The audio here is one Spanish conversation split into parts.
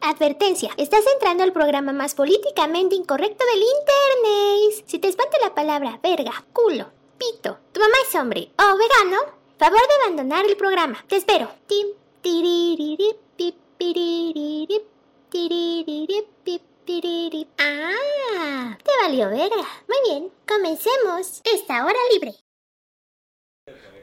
Advertencia, estás entrando al programa más políticamente incorrecto del internet. Si te espanta la palabra verga, culo, pito, tu mamá es hombre o vegano, favor de abandonar el programa. Te espero. Tim, tiririri, pip, piririri, tiririri, pip, tiririri. Ah, te valió verga. Muy bien, comencemos. Esta hora libre.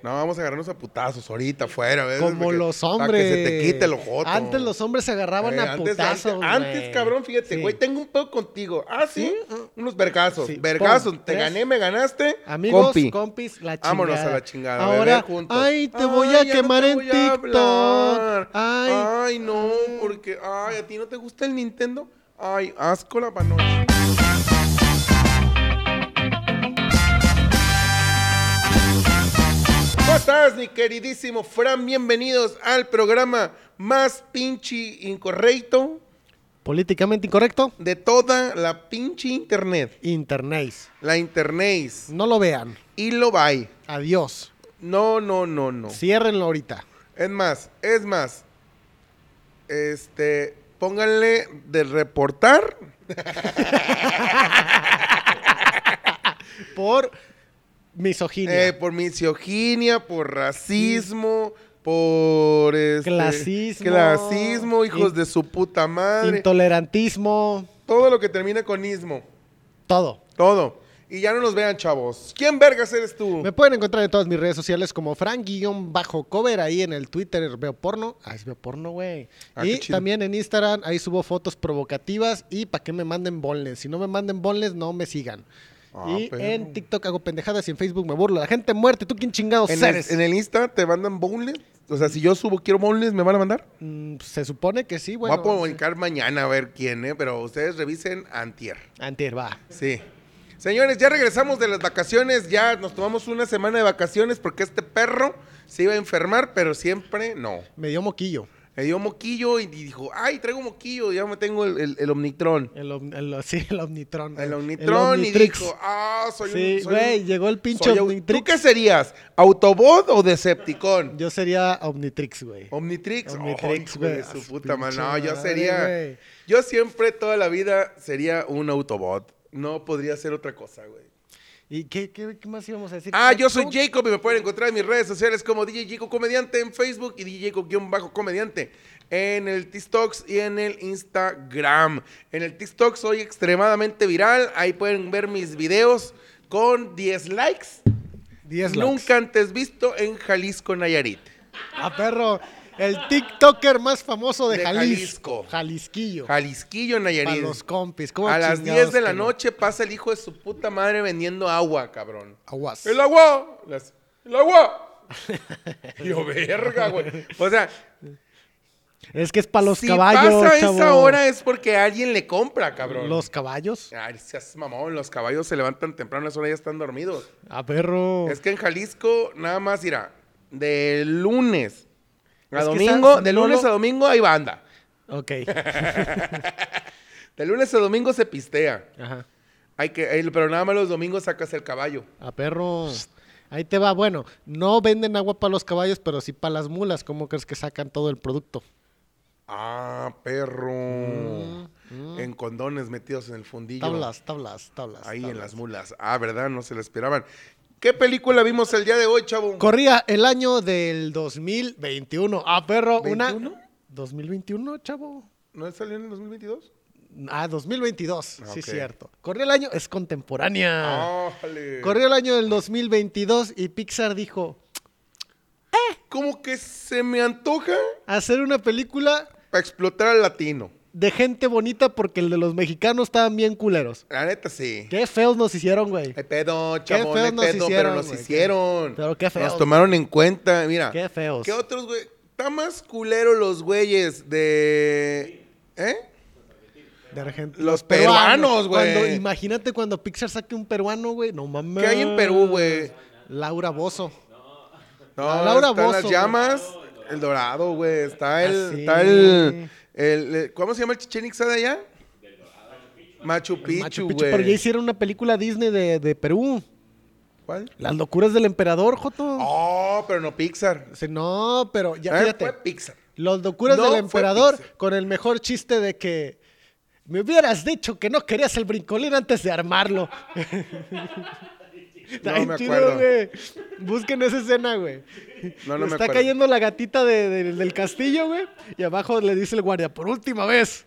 No, vamos a agarrarnos a putazos ahorita afuera. ¿ves? Como Porque- los Para hombres. que se te quite el ojoto. Antes los hombres se agarraban Eh, a antes- putazos. Antes, antes, güey. cabrón, fíjate, Sí. güey, tengo un pedo contigo. Ah, sí. Unos vergazos. Sí, Vergazos. pum, Te tres. gané, me ganaste. Amigos, Compi. compis, la chingada. Vámonos a la chingada. Ahora, beber juntos. ay, te voy ya a no quemar te en voy a TikTok. hablar. Ah. Ay. Ay, no, porque, ay, a ti no te gusta el Nintendo. Ay, asco la panocha. ¿Cómo estás, mi queridísimo Fran? Bienvenidos al programa más pinche incorrecto Políticamente incorrecto. de toda la pinche internet. Internet. La internet. No lo vean. Y lo bye. Adiós. No, no, no, no. Ciérrenlo ahorita. Es más, es más. Este, pónganle de reportar Por misoginia. eh, por misoginia, por racismo, por este, Clasismo. clasismo, hijos In- de su puta madre. intolerantismo. todo lo que termina con ismo, Todo. todo. Y ya no nos vean, chavos. ¿Quién vergas eres tú? Me pueden encontrar en todas mis redes sociales como Frank-Cover, ahí en el Twitter veo porno. Ah, es veo porno, güey. Ah, qué y chido. también en Instagram, ahí subo fotos provocativas y para que me manden bonles. Si no me manden bonles, no me sigan. Ah, y perro. en TikTok hago pendejadas y en Facebook me burlo. La gente muerte, ¿tú quién chingados en, el, eres? en el Insta te mandan boneless. O sea, si yo subo quiero boneless, ¿me van a mandar? Mm, se supone que sí, Voy bueno. a publicar mañana a ver quién, ¿eh? Pero ustedes revisen antier. Antier, va. Sí. Señores, ya regresamos de las vacaciones, ya nos tomamos una semana de vacaciones porque este perro se iba a enfermar, pero siempre no. Me dio moquillo. Me dio moquillo y dijo, ay, traigo moquillo, ya me tengo el, el, el Omnitrón. El, om- el- sí, el Omnitron. El güey. Omnitrón y Omnitrix. dijo, ah, soy Sí, un... soy güey, un- llegó el pinche soy au- ¿Tú Omnitrix. qué serías? ¿Autobot o Decepticon? Yo sería Omnitrix, güey. Omnitrix. Omnitrix, Ay, hijo de güey. su Ah, puta madre. pinche No, yo madre, sería... güey. Yo siempre, toda la vida, sería un Autobot. No podría ser otra cosa, güey. ¿Y qué, qué- qué más íbamos a decir? Ah, yo soy ¿Cómo? Jacob y me pueden encontrar en mis redes sociales como DJ Jacob Comediante en Facebook y DJ Jacob-Comediante en el TikToks y en el Instagram. En el TikTok soy extremadamente viral. Ahí pueden ver mis videos con 10 likes. 10 likes. Nunca antes visto en Jalisco, Nayarit. Ah, perro. El TikToker más famoso de, De Jalisco. Jalisco. Jalisquillo. Jalisquillo, Para Nayarit. los compis. ¿cómo A las chingados 10 de la que no? noche pasa el hijo de su puta madre vendiendo agua, cabrón. Aguas. ¡El agua! Las- ¡El agua! Yo, verga, güey. O sea, Es que es para los si caballos, pasa chavo. esa hora es porque alguien le compra, cabrón. ¿Los caballos? Ay, seas mamón, los caballos se levantan temprano, a esa hora ya están dormidos. Ah, perro. Es que en Jalisco, nada más irá. De lunes a Es que domingo, sabes, de no lunes lo- a domingo hay banda. Ok. De lunes a domingo se pistea. Ajá. Hay que, eh, pero nada más los domingos sacas el caballo. Ah, perro. Ahí te va. Bueno, no venden agua para los caballos, pero sí para las mulas. ¿Cómo crees que sacan todo el producto? Ah, perro. En condones metidos en el fundillo. Mm, Tablas, tablas, tablas. Ahí en tablas. las mulas. Ah, ¿verdad? No se la esperaban. ¿Qué película vimos el día de hoy, chavo? Corría el año del 2021. Ah, perro, ¿21? una... 2021, chavo. ¿No salió en el 2022? Ah, 2022, Ah, sí, ok. Ah, cierto. Corrió el año, es contemporánea. ¡Ájale! Corrió el año del 2022 y Pixar dijo, Como que se me antoja hacer una película para explotar al latino. de gente bonita porque el de los mexicanos estaban bien culeros. La neta sí. Qué feos nos hicieron, güey. Hay pedo, chavo, feos hay nos pedo, pero hicieron, nos güey, qué- hicieron. pero qué feos. Nos tomaron en cuenta, mira. Qué feos. ¿Qué otros, güey? Está más culero los güeyes de... ¿Eh? De Argent- Los peruanos, güey. Cuando- Imagínate cuando Pixar saque un peruano, güey. No mames. ¿Qué hay en Perú, güey? Laura Bozo. No, A Laura están Bozzo, las güey. llamas, el dorado, güey. Está el, Ah, sí. está el, el- el- ¿Cómo se llama el Chichen Itza de allá? Machu Picchu, Machu Picchu, pero ya güey. hicieron una película Disney de, de Perú. ¿Cuál? Las locuras del emperador, Joto. Oh, pero no Pixar. Sí, No, pero ya Eh, fíjate. Fue Pixar. Los locuras No del fue emperador pizza. con el mejor chiste de que me hubieras dicho que no querías el brincolín antes de armarlo. Está No bien me chido, acuerdo. güey. Busquen esa escena, güey. No, no Le me está acuerdo. cayendo la gatita de- de- del castillo, güey. Y abajo le dice el guardia, por última vez,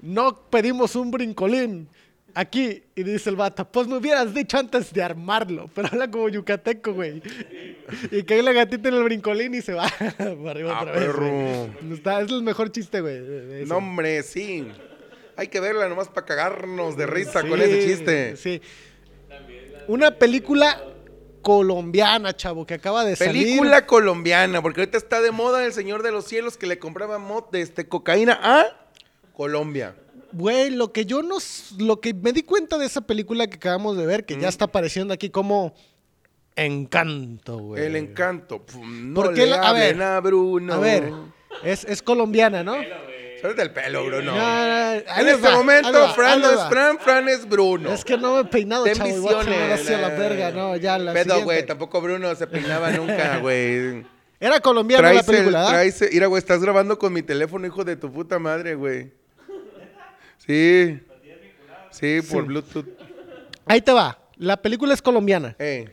no pedimos un brincolín. Aquí, y dice el vato, pues me hubieras dicho antes de armarlo. Pero habla como yucateco, güey. Y cae la gatita en el brincolín y se va para arriba Ah, otra vez. güey. perro. Está- es el mejor chiste, güey. de- de No, eso. hombre, sí. Hay que verla nomás para cagarnos de risa con Sí, ese chiste. Sí. Una película colombiana, chavo, que acaba de Película salir. colombiana, porque ahorita está de moda El Señor de los Cielos que le compraba mot de este, cocaína a Colombia. Güey, lo que yo no. s- Lo que me di cuenta de esa película que acabamos de ver, que ya está apareciendo aquí como. Encanto, güey. El encanto. Pum, No ¿Por qué le la- a hablen ver, a Bruno. A ver, es, es colombiana, ¿no? Suéltate el pelo, Bruno. No, no, ahí en les este va, ahí les momento, va, ahí Fran no les es va. Fran, Fran es Bruno. Es que no me he peinado, Ten chavo. y voy a jalar visiones, así a la eh. verga, no, ya la Pedo, siguiente. güey, tampoco Bruno se peinaba nunca, güey. Era colombiana la Traes el, película, ¿verdad? traes el- Mira, güey, estás grabando con mi teléfono, hijo de tu puta madre, güey. Sí. Sí, por Bluetooth. Ahí te va. La película es colombiana. Ey.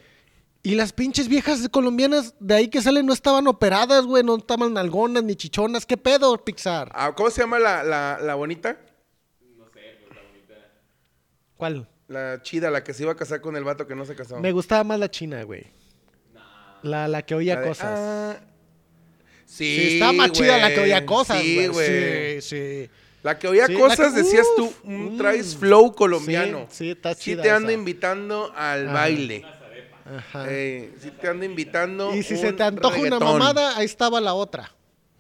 Y las pinches viejas colombianas de ahí que salen no estaban operadas, güey. No estaban nalgonas ni chichonas. ¿Qué pedo, Pixar? Ah, ¿Cómo se llama la, la, la bonita? ¿Cuál? La chida, la que se iba a casar con el vato que no se casó. Me gustaba más la china, güey. La, la que oía La de- cosas. Ah. sí, sí, estaba más chida la que oía güey. cosas, Sí, güey. güey. Sí, sí. La que oía Sí, la cosas, que- decías tú, uf, un mm. traes flow colombiano. Sí, sí, está Sí chida te ando esa. invitando al Ajá. baile. Ajá. Eh, sí te ando invitando y si un se te antoja reggaetón. una mamada, ahí estaba la otra.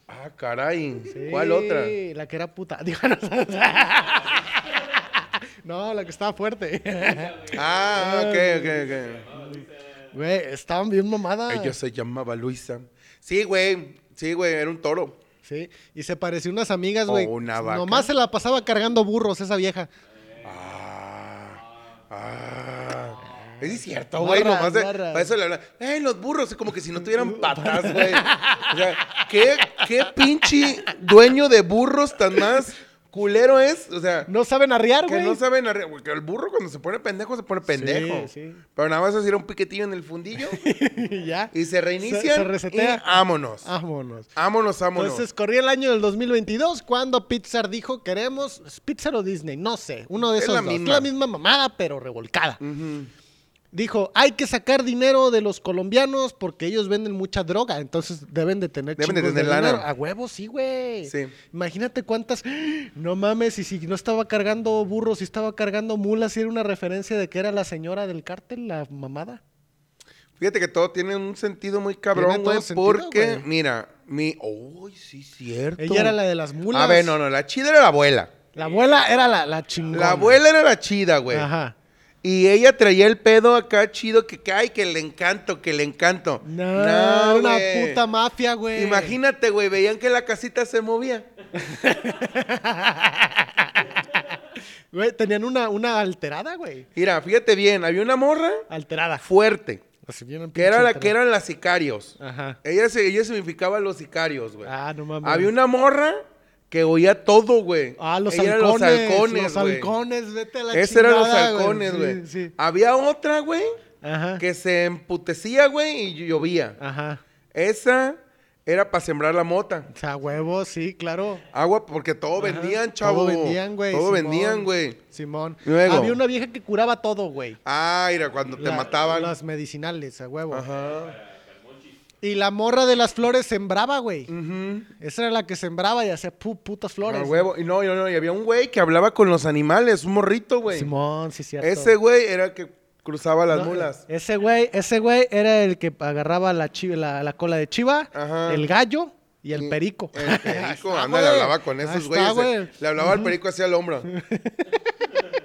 Ah, caray. ¿Cuál otra? Sí, La que era puta. Digo, no, no, la que estaba fuerte. Ah, ok, ok, ok. Güey, estaban bien mamadas. Ella se llamaba Luisa. Sí, güey. Sí, güey, era un toro. Sí, y se pareció a unas amigas, O güey. una vaca. Nomás se la pasaba cargando burros esa vieja. Ah, ah. Ese Es cierto, güey. Barras, Nomás de- barras. para eso le hablan. Eh, los burros, como que si no tuvieran patas, güey. O sea, ¿qué, qué pinche dueño de burros tan más culero es. O sea, No saben arriar, que güey. no saben arriba. Porque el burro cuando se pone pendejo, se pone pendejo. sí. Pero nada más es ir a un piquetillo en el fundillo Y ya. y se reinician. Se, se resetea. Y vámonos. Vámonos. Vámonos, vámonos. Entonces corría el año del 2022 cuando Pixar dijo queremos Pixar o Disney, no sé, uno de Es esos la dos. misma. La misma mamada pero revolcada. Ujú. Dijo hay que sacar dinero de los colombianos porque ellos venden mucha droga, entonces deben de tener Deben de chingos tener lana. dinero. A huevo sí, güey. Sí. Imagínate cuántas. No mames y si no estaba cargando burros, si estaba cargando mulas, y era una referencia de que era la señora del cártel, la mamada. Fíjate que todo tiene un sentido muy Tiene cabrón, todo güey, sentido, porque, güey. mira, mi... ¡Uy, sí, cierto! Ella era la de las mulas. A ver, Ah, no, no, la chida era la abuela. La abuela era la, la chingona. La abuela era la chida, güey. Ajá. Y ella traía el pedo acá chido que, que ay, que le encanto, que le encanto. No, No, era una güey. puta mafia, güey. Imagínate, güey, veían que la casita se movía. Güey, tenían una, una alterada, güey. Mira, fíjate bien, había una morra Alterada. fuerte, Así bien que era la pinche que eran las sicarios. alterada. Ajá. Ella, se- ella significaba los sicarios, güey. Ah, no mames. Había una morra que oía todo, güey. Ah, los Ella era halcones. Los halcones, Los güey. halcones, vete a la Ese eran los chingada, halcones, güey. Sí, sí. Había otra, güey, Ajá. que se emputecía, güey, y llovía. Ajá. Esa era para sembrar la mota. O sea, huevos, sí, claro. Agua, porque todo vendían, chavo. Todo vendían, güey. Todo Simón. vendían, güey. Simón. Luego. Había una vieja que curaba todo, güey. Ah, mira, cuando te La- mataban. Las medicinales, a huevo. Ajá. Y la morra de las flores sembraba, güey. Ujú. Esa era la que sembraba y hacía pu- putas flores. Ah, huevo. Y no, y no, no, y había un güey que hablaba con los animales, un morrito, güey. Simón, sí, cierto. Ese güey era el que cruzaba las No, mulas. Ese güey, ese güey era el que agarraba la, chi- la, la cola de chiva, Ajá. el gallo y el Y- perico. El perico, Ahí anda, le está, hablaba con Ah, güey. esos Ahí está, güeyes. eh. güey. Le hablaba al perico hacia el hombro.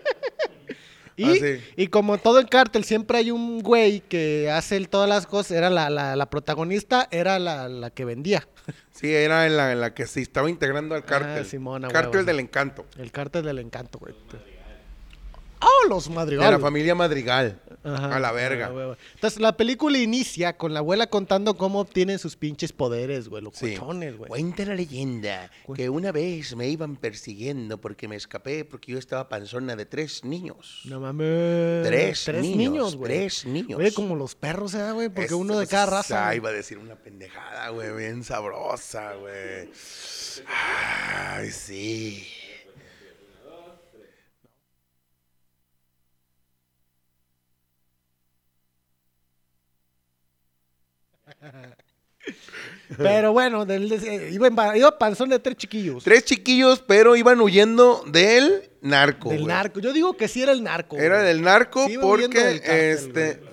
Y, Ah, sí. y como todo en cártel, siempre hay un güey que hace el- todas las cosas. Era la, la- la protagonista, era la, la que vendía. Sí, era en la, en la que se estaba integrando al Ah, cártel. Simón, a cártel huevo. del encanto. El cártel del encanto, güey. ¡Oh, los De la madrigales! familia Madrigal. Ajá. A la verga. Ah, huevo. Entonces, la película inicia con la abuela contando cómo obtienen sus pinches poderes, güey. Los Sí. cochones, güey. Cuenta la leyenda Cu- que una vez me iban persiguiendo porque me escapé porque yo estaba panzona de tres niños. No mames. Tres niños, güey. tres niños. Oye, como los perros, ¿eh, güey? Porque Es- pues, uno de cada o sea, raza. güey. iba a decir una pendejada, güey, bien sabrosa, güey. Ay, sí. Pero bueno, del- eh, iba, embar- iba panzón de tres chiquillos. Tres chiquillos, pero iban huyendo del narco, del güey. narco. Yo digo que sí era el narco. Era güey. del narco Sí, iba huyendo porque, del cártel, este... güey.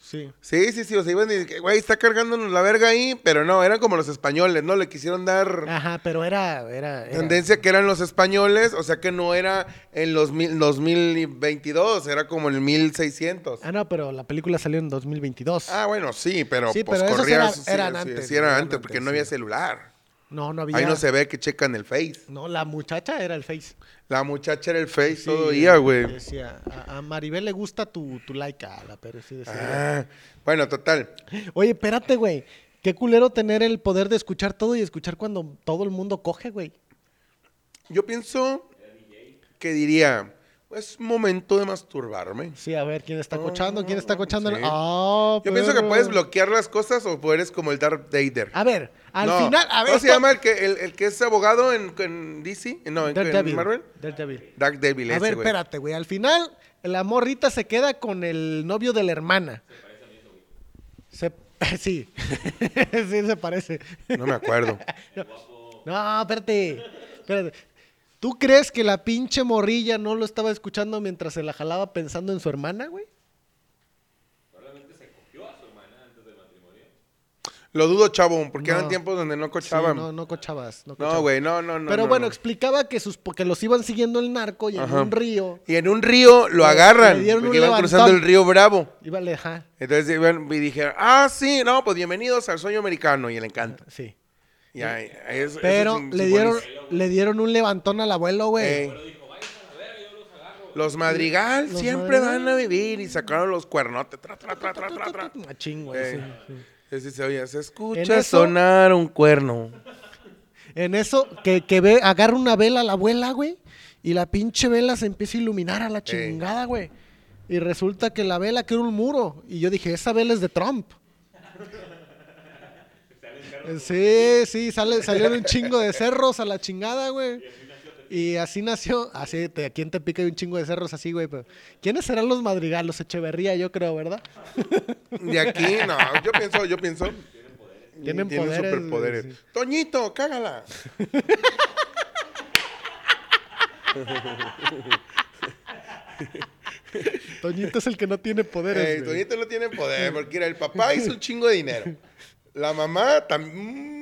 Sí. Sí, sí, sí, o sea, iban y que, güey, está cargándonos la verga ahí, pero no, eran como los españoles, ¿no? Le quisieron dar Ajá, pero era. era, Ah, era- tendencia que eran los españoles, o sea que no era en los mil, 2022, era como en el 1600. Ah, no, pero la película salió en 2022. Ah, bueno, sí, pero Sí, pues pero esos corría, eran- sí, eran sí, antes, sí, eran eran antes, porque antes, no había sí. celular. no, no había. Ahí no se ve que checan el Face. No, la muchacha era el Face. La muchacha era el Face Sí, eh, todo día, güey. Decía, a, a Maribel le gusta tu, tu laica, la pero sí decía. Ah, bueno, total. Oye, espérate, güey. Qué culero tener el poder de escuchar todo y escuchar cuando todo el mundo coge, güey. Yo pienso que diría, es momento de masturbarme. Sí, a ver, ¿quién está cochando? ¿Quién está cochando? Sí. Ah, Yo pienso que perro. puedes bloquear las cosas o eres como el Darth Vader. A ver, al No, final, a ver. ¿Cómo se esto- llama el que, el, el que es abogado en, en DC? No, en, en Daredevil. Marvel. Daredevil. Dark Devil, A ver, espérate, güey. Al final, la morrita se queda con el novio de la hermana. Se Sí. sí, se parece. No me acuerdo. No, espérate. espérate. ¿Tú crees que la pinche morrilla no lo estaba escuchando mientras se la jalaba pensando en su hermana, güey? Lo dudo, chavo, porque No. eran tiempos donde no Sí, cochaban. no, no cochabas. No, no, cochabas. güey, no, no, no. Pero no, bueno, no. explicaba que sus porque los iban siguiendo el narco y Ajá. en un río Y en un río lo agarran. le dieron Porque un iban levantón. cruzando el río Bravo. iba a alejar. Entonces iban y dijeron, ah, sí, no, pues bienvenidos al sueño americano y el encanto. Sí. Y ahí- ahí es- Pero eso es un- le sí, dieron buenísimo. le dieron un levantón al abuelo, güey. Ey. Los madrigal Los siempre Madrigal. van a vivir y sacaron los cuernotes. Tra, tra, tra, tra, tra, tra. Machín, güey, Ey. Pues sí. Sí, se oye, se En escucha eso- sonar un cuerno. En eso, que, que ve, agarra una vela a la abuela, güey, y la pinche vela se empieza a iluminar a la chingada, güey. Y resulta que la vela que era un muro. Y yo dije, esa vela es de Trump. Sí, sí, sale, salieron un chingo de cerros a la chingada, güey. Y así nació, así, te, aquí en Tepic hay un chingo de cerros así, güey. Pero, ¿Quiénes serán los madrigales? Los Echeverría, yo creo, ¿verdad? De aquí, no, yo pienso, yo pienso. Tienen poderes, superpoderes. güey, sí. Toñito, cágala. Toñito es el que no tiene Eh, poderes, güey. Toñito no tiene poder, porque mira, el papá hizo un chingo de dinero. La mamá también.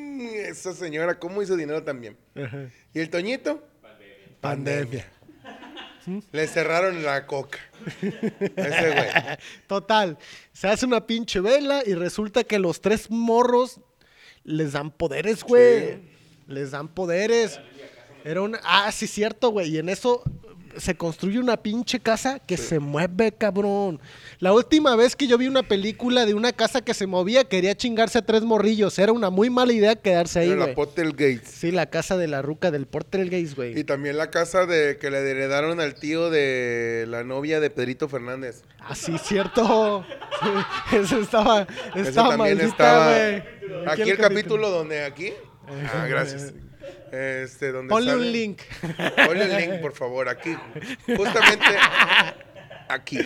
esa señora, ¿cómo hizo dinero también? Ajá. ¿Y el Toñito? Pandemia. Le cerraron la coca. Ese güey. Total, se hace una pinche vela y resulta que los tres morros les dan poderes, güey. Sí. Les dan poderes. Era una... Ah, sí, cierto, güey. Y en eso se construye una pinche casa que se mueve, cabrón. La última vez que yo vi una película de una casa que se movía, quería chingarse a tres morrillos. Era una muy mala idea quedarse ahí, Era la güey. Potter Gates. Sí, la casa de la ruca del Portal Gates, Y güey. también la casa de que le heredaron al tío de la novia de Pedrito Fernández. Ah, sí, cierto. Eso estaba, Ese estaba también maldita, estaba- güey. Aquí el capítulo donde aquí. Ah, gracias. Este, donde Ponle sale- un link. Ponle el link, por favor, aquí. Justamente aquí.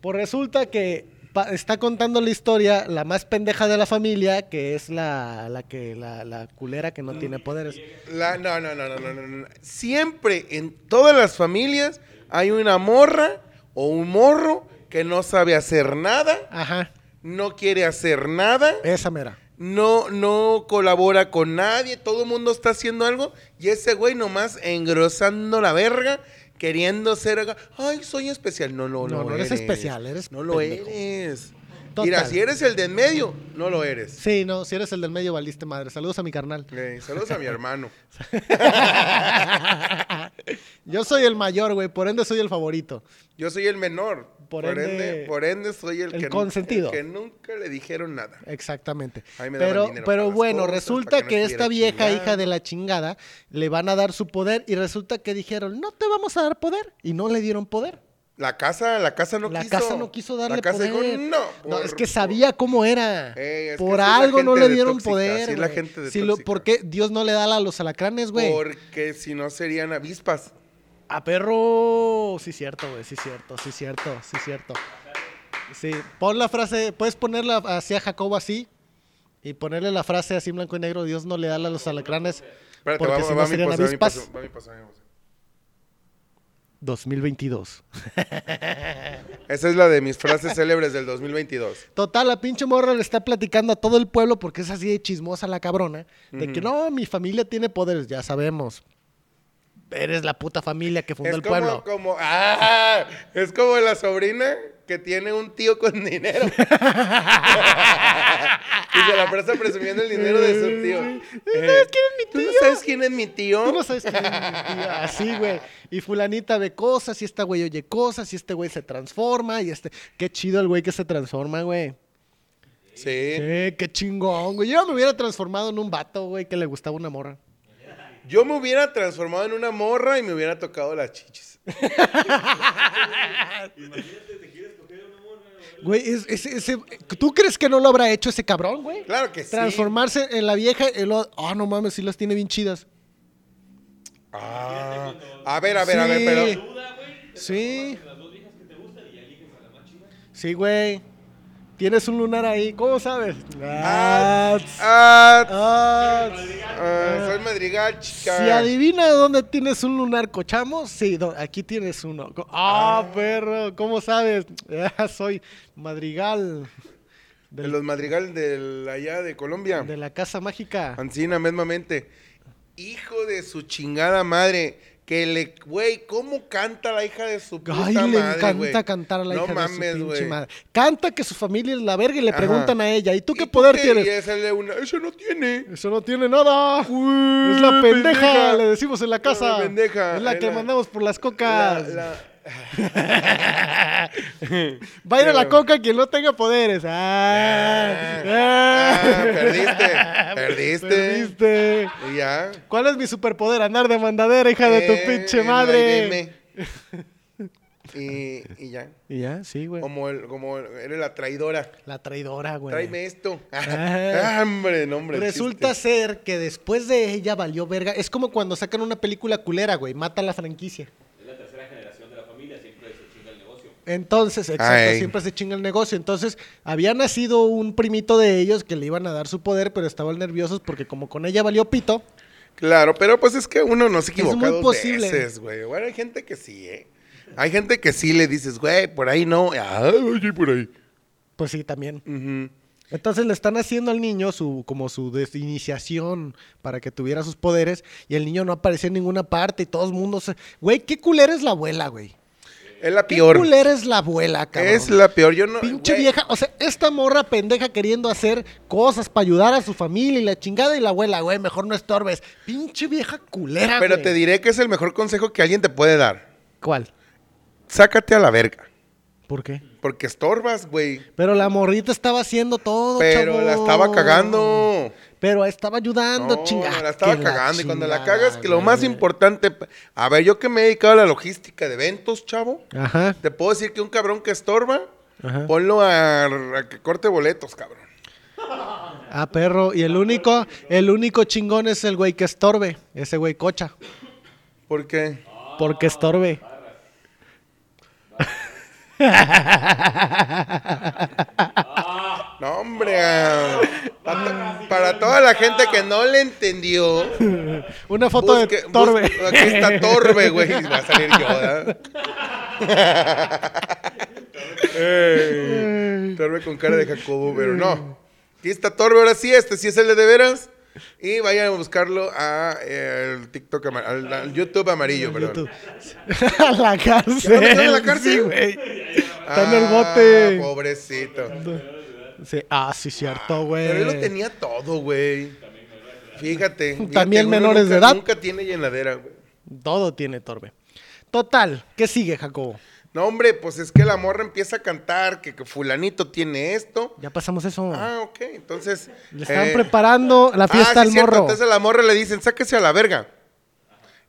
Pues resulta que pa- está contando la historia la más pendeja de la familia, que es la, la que la, la culera que no tiene poderes. La- no, no, no, no, no, no, no. Siempre en todas las familias hay una morra o un morro que no sabe hacer nada, Ajá, no quiere hacer nada, esa mera. no, no colabora con nadie, todo el mundo está haciendo algo y ese güey nomás engrosando la verga. Queriendo ser, acá, ay, soy especial. No, no, no. No, no eres especial, eres No lo pendejo. eres. Mira, Total. si eres el de en medio, no lo eres. Sí, no, si eres el del medio valiste madre. Saludos a mi carnal. Eh, saludos a mi hermano. Yo soy el mayor, güey, por ende soy el favorito. Yo soy el menor. Por, Por ende, ende- por ende soy el, el que, nu- consentido. el que nunca le dijeron nada. Exactamente. Ahí me daban Pero, dinero para pero las bueno, cosas, resulta para que que, no esta estuviera vieja chingando. hija de la chingada le van a dar su poder y resulta que dijeron, no te vamos a dar poder. Y no le dieron poder. La casa, la casa no la quiso. casa no quiso darle La casa poder. dijo, no. No, es que por- sabía cómo era. Ey, es que por así es la algo no gente le de dieron tóxica, poder. así es la güey. gente de Si lo- tóxica. ¿Por qué Dios no le da a los alacranes, güey? Porque si no serían avispas. A perro. Sí, cierto, güey. Sí, cierto, sí, cierto, sí, cierto. Sí, pon la frase, puedes ponerla hacia Jacobo así y ponerle la frase así en blanco y negro, Dios no le da a los alacranes Espérate, porque va, si va mi no serían paso, va mi avispas. paso, va mi paso, va mi paso. 2022. Esa es la de mis frases célebres del 2022. Total, la pinche morra le está platicando a todo el pueblo porque es así de chismosa la cabrona. De que no, mi familia tiene poderes, ya sabemos. Eres la puta familia que fundó Es el como, pueblo. como, ah, es como la sobrina que tiene un tío con dinero. y se la presta presumiendo el dinero de su tío. sabes quién es mi ¿Tú no tío? sabes quién es mi tío? Tú no sabes quién es mi tía. Así, güey. Y fulanita ve cosas, y esta güey oye cosas, y este güey se transforma, y este... Qué chido el güey que se transforma, güey. Sí. Eh, qué chingón, güey. Yo me hubiera transformado en un vato, güey, que le gustaba una morra. Yo me hubiera transformado en una morra y me hubiera tocado las chichis. Güey, es- es- ese- ¿tú crees que no lo habrá hecho ese cabrón, güey? Claro que sí. Transformarse en la vieja y luego, ah, no mames, sí las tiene bien chidas. Ah, a ver, a ver, a ver, Sí. pero. Sí. Sí, güey. Tienes un lunar ahí, ¿cómo sabes? Ah, Ats, ah, ats. ah, soy madrigal, Si chica. adivina dónde tienes un lunar cochamo, sí, do- aquí tienes uno. Co- Ah, perro, ¿cómo sabes? Ah, soy madrigal De los madrigal de allá de Colombia. de la casa mágica. Ancina, mismamente. Hijo de su chingada madre. Que le, güey, ¿cómo canta la hija de su puta Ay, madre, le encanta güey? cantar a la No hija de mames, su pinche güey. madre. Canta que su familia es la verga y le Ajá. preguntan a ella, ¿y tú ¿Y qué poder Y tienes? esa es de una, eso no tiene. Eso no tiene nada. es la pendeja, pendeja. le decimos en la casa. La pendeja, es la es que la- mandamos por las cocas. La- la- Va a ir a la Pero- coca quien no tenga poderes. Ah, ah. Ah, perdiste, perdiste. Perdiste. y ya. ¿Cuál es mi superpoder? Andar de mandadera, hija de Eh, tu pinche en la madre. IBM. Y, y ya. Y ya, sí, güey. Como, el, como el- eres la traidora. La traidora, güey. Tráeme esto. Ah. Ah, hombre, no, hombre. el Resulta chiste. ser que después de ella valió verga. Es como cuando sacan una película culera, güey. Mata la franquicia. Entonces, exacto, Ay. siempre se chinga el negocio. Entonces, había nacido un primito de ellos que le iban a dar su poder, pero estaban nerviosos porque como con ella valió pito, Claro, pero pues es que uno no se equivoca muy dos posible. veces, güey. Bueno, hay gente que sí, ¿eh? Hay gente que sí le dices, güey, por ahí no. Ah, oye, por ahí. pues sí, también. Ujú. Entonces le están haciendo al niño su como su desiniciación para que tuviera sus poderes y el niño no apareció en ninguna parte y todo el mundo se... Güey, qué culera es la abuela, güey. Es la Qué peor. culera es la abuela, cabrón. Es la peor. Yo no. Pinche güey, vieja, o sea, esta morra pendeja queriendo hacer cosas para ayudar a su familia y la chingada y la abuela, güey, mejor no estorbes. Pinche vieja culera, Pero güey. te diré que es el mejor consejo que alguien te puede dar. ¿Cuál? Sácate a la verga. ¿Por qué? Porque estorbas, güey. Pero la morrita estaba haciendo todo, Pero chavo. la estaba cagando. Pero estaba ayudando, No, chingada. la estaba que cagando. y cuando la chingada, cagas, que lo más güey. importante. A ver, yo que me he dedicado a la logística de eventos, chavo. Ajá. Te puedo decir que un cabrón que estorba, Ajá. ponlo a, a que corte boletos, cabrón. Ah, perro. Y el único, el único chingón es el güey que estorbe. Ese güey cocha. Porque. Porque estorbe. No, hombre. ah, Para, para toda la gente que no le entendió. Una foto busque- de Torbe. busque- aquí está Torbe, güey. y Va a salir yo, ¿verdad? Ey, Torbe con cara de Jacobo, pero no. Aquí está Torbe, ahora sí, este sí es el de de veras. Y vayan a buscarlo a eh, el TikTok, ama- al, al YouTube amarillo, perdón. YouTube. a la ¿Ya lo cárcel. metieron a la cárcel? Sí, güey. Está en el Ah, bote. Pobrecito. Sí. Ah, sí, cierto, güey. Pero él lo tenía todo, güey. Fíjate. fíjate, También uno menores nunca- de edad. Nunca tiene llenadera, güey. Todo tiene Torbe. Total, ¿qué sigue, Jacobo? No, hombre, pues es que la morra empieza a cantar que, que fulanito tiene esto. Ya pasamos eso. Ah, ok, entonces... Le están eh, preparando la fiesta ah, sí, al cierto, morro. Entonces a la morra le dicen, sáquese a la verga.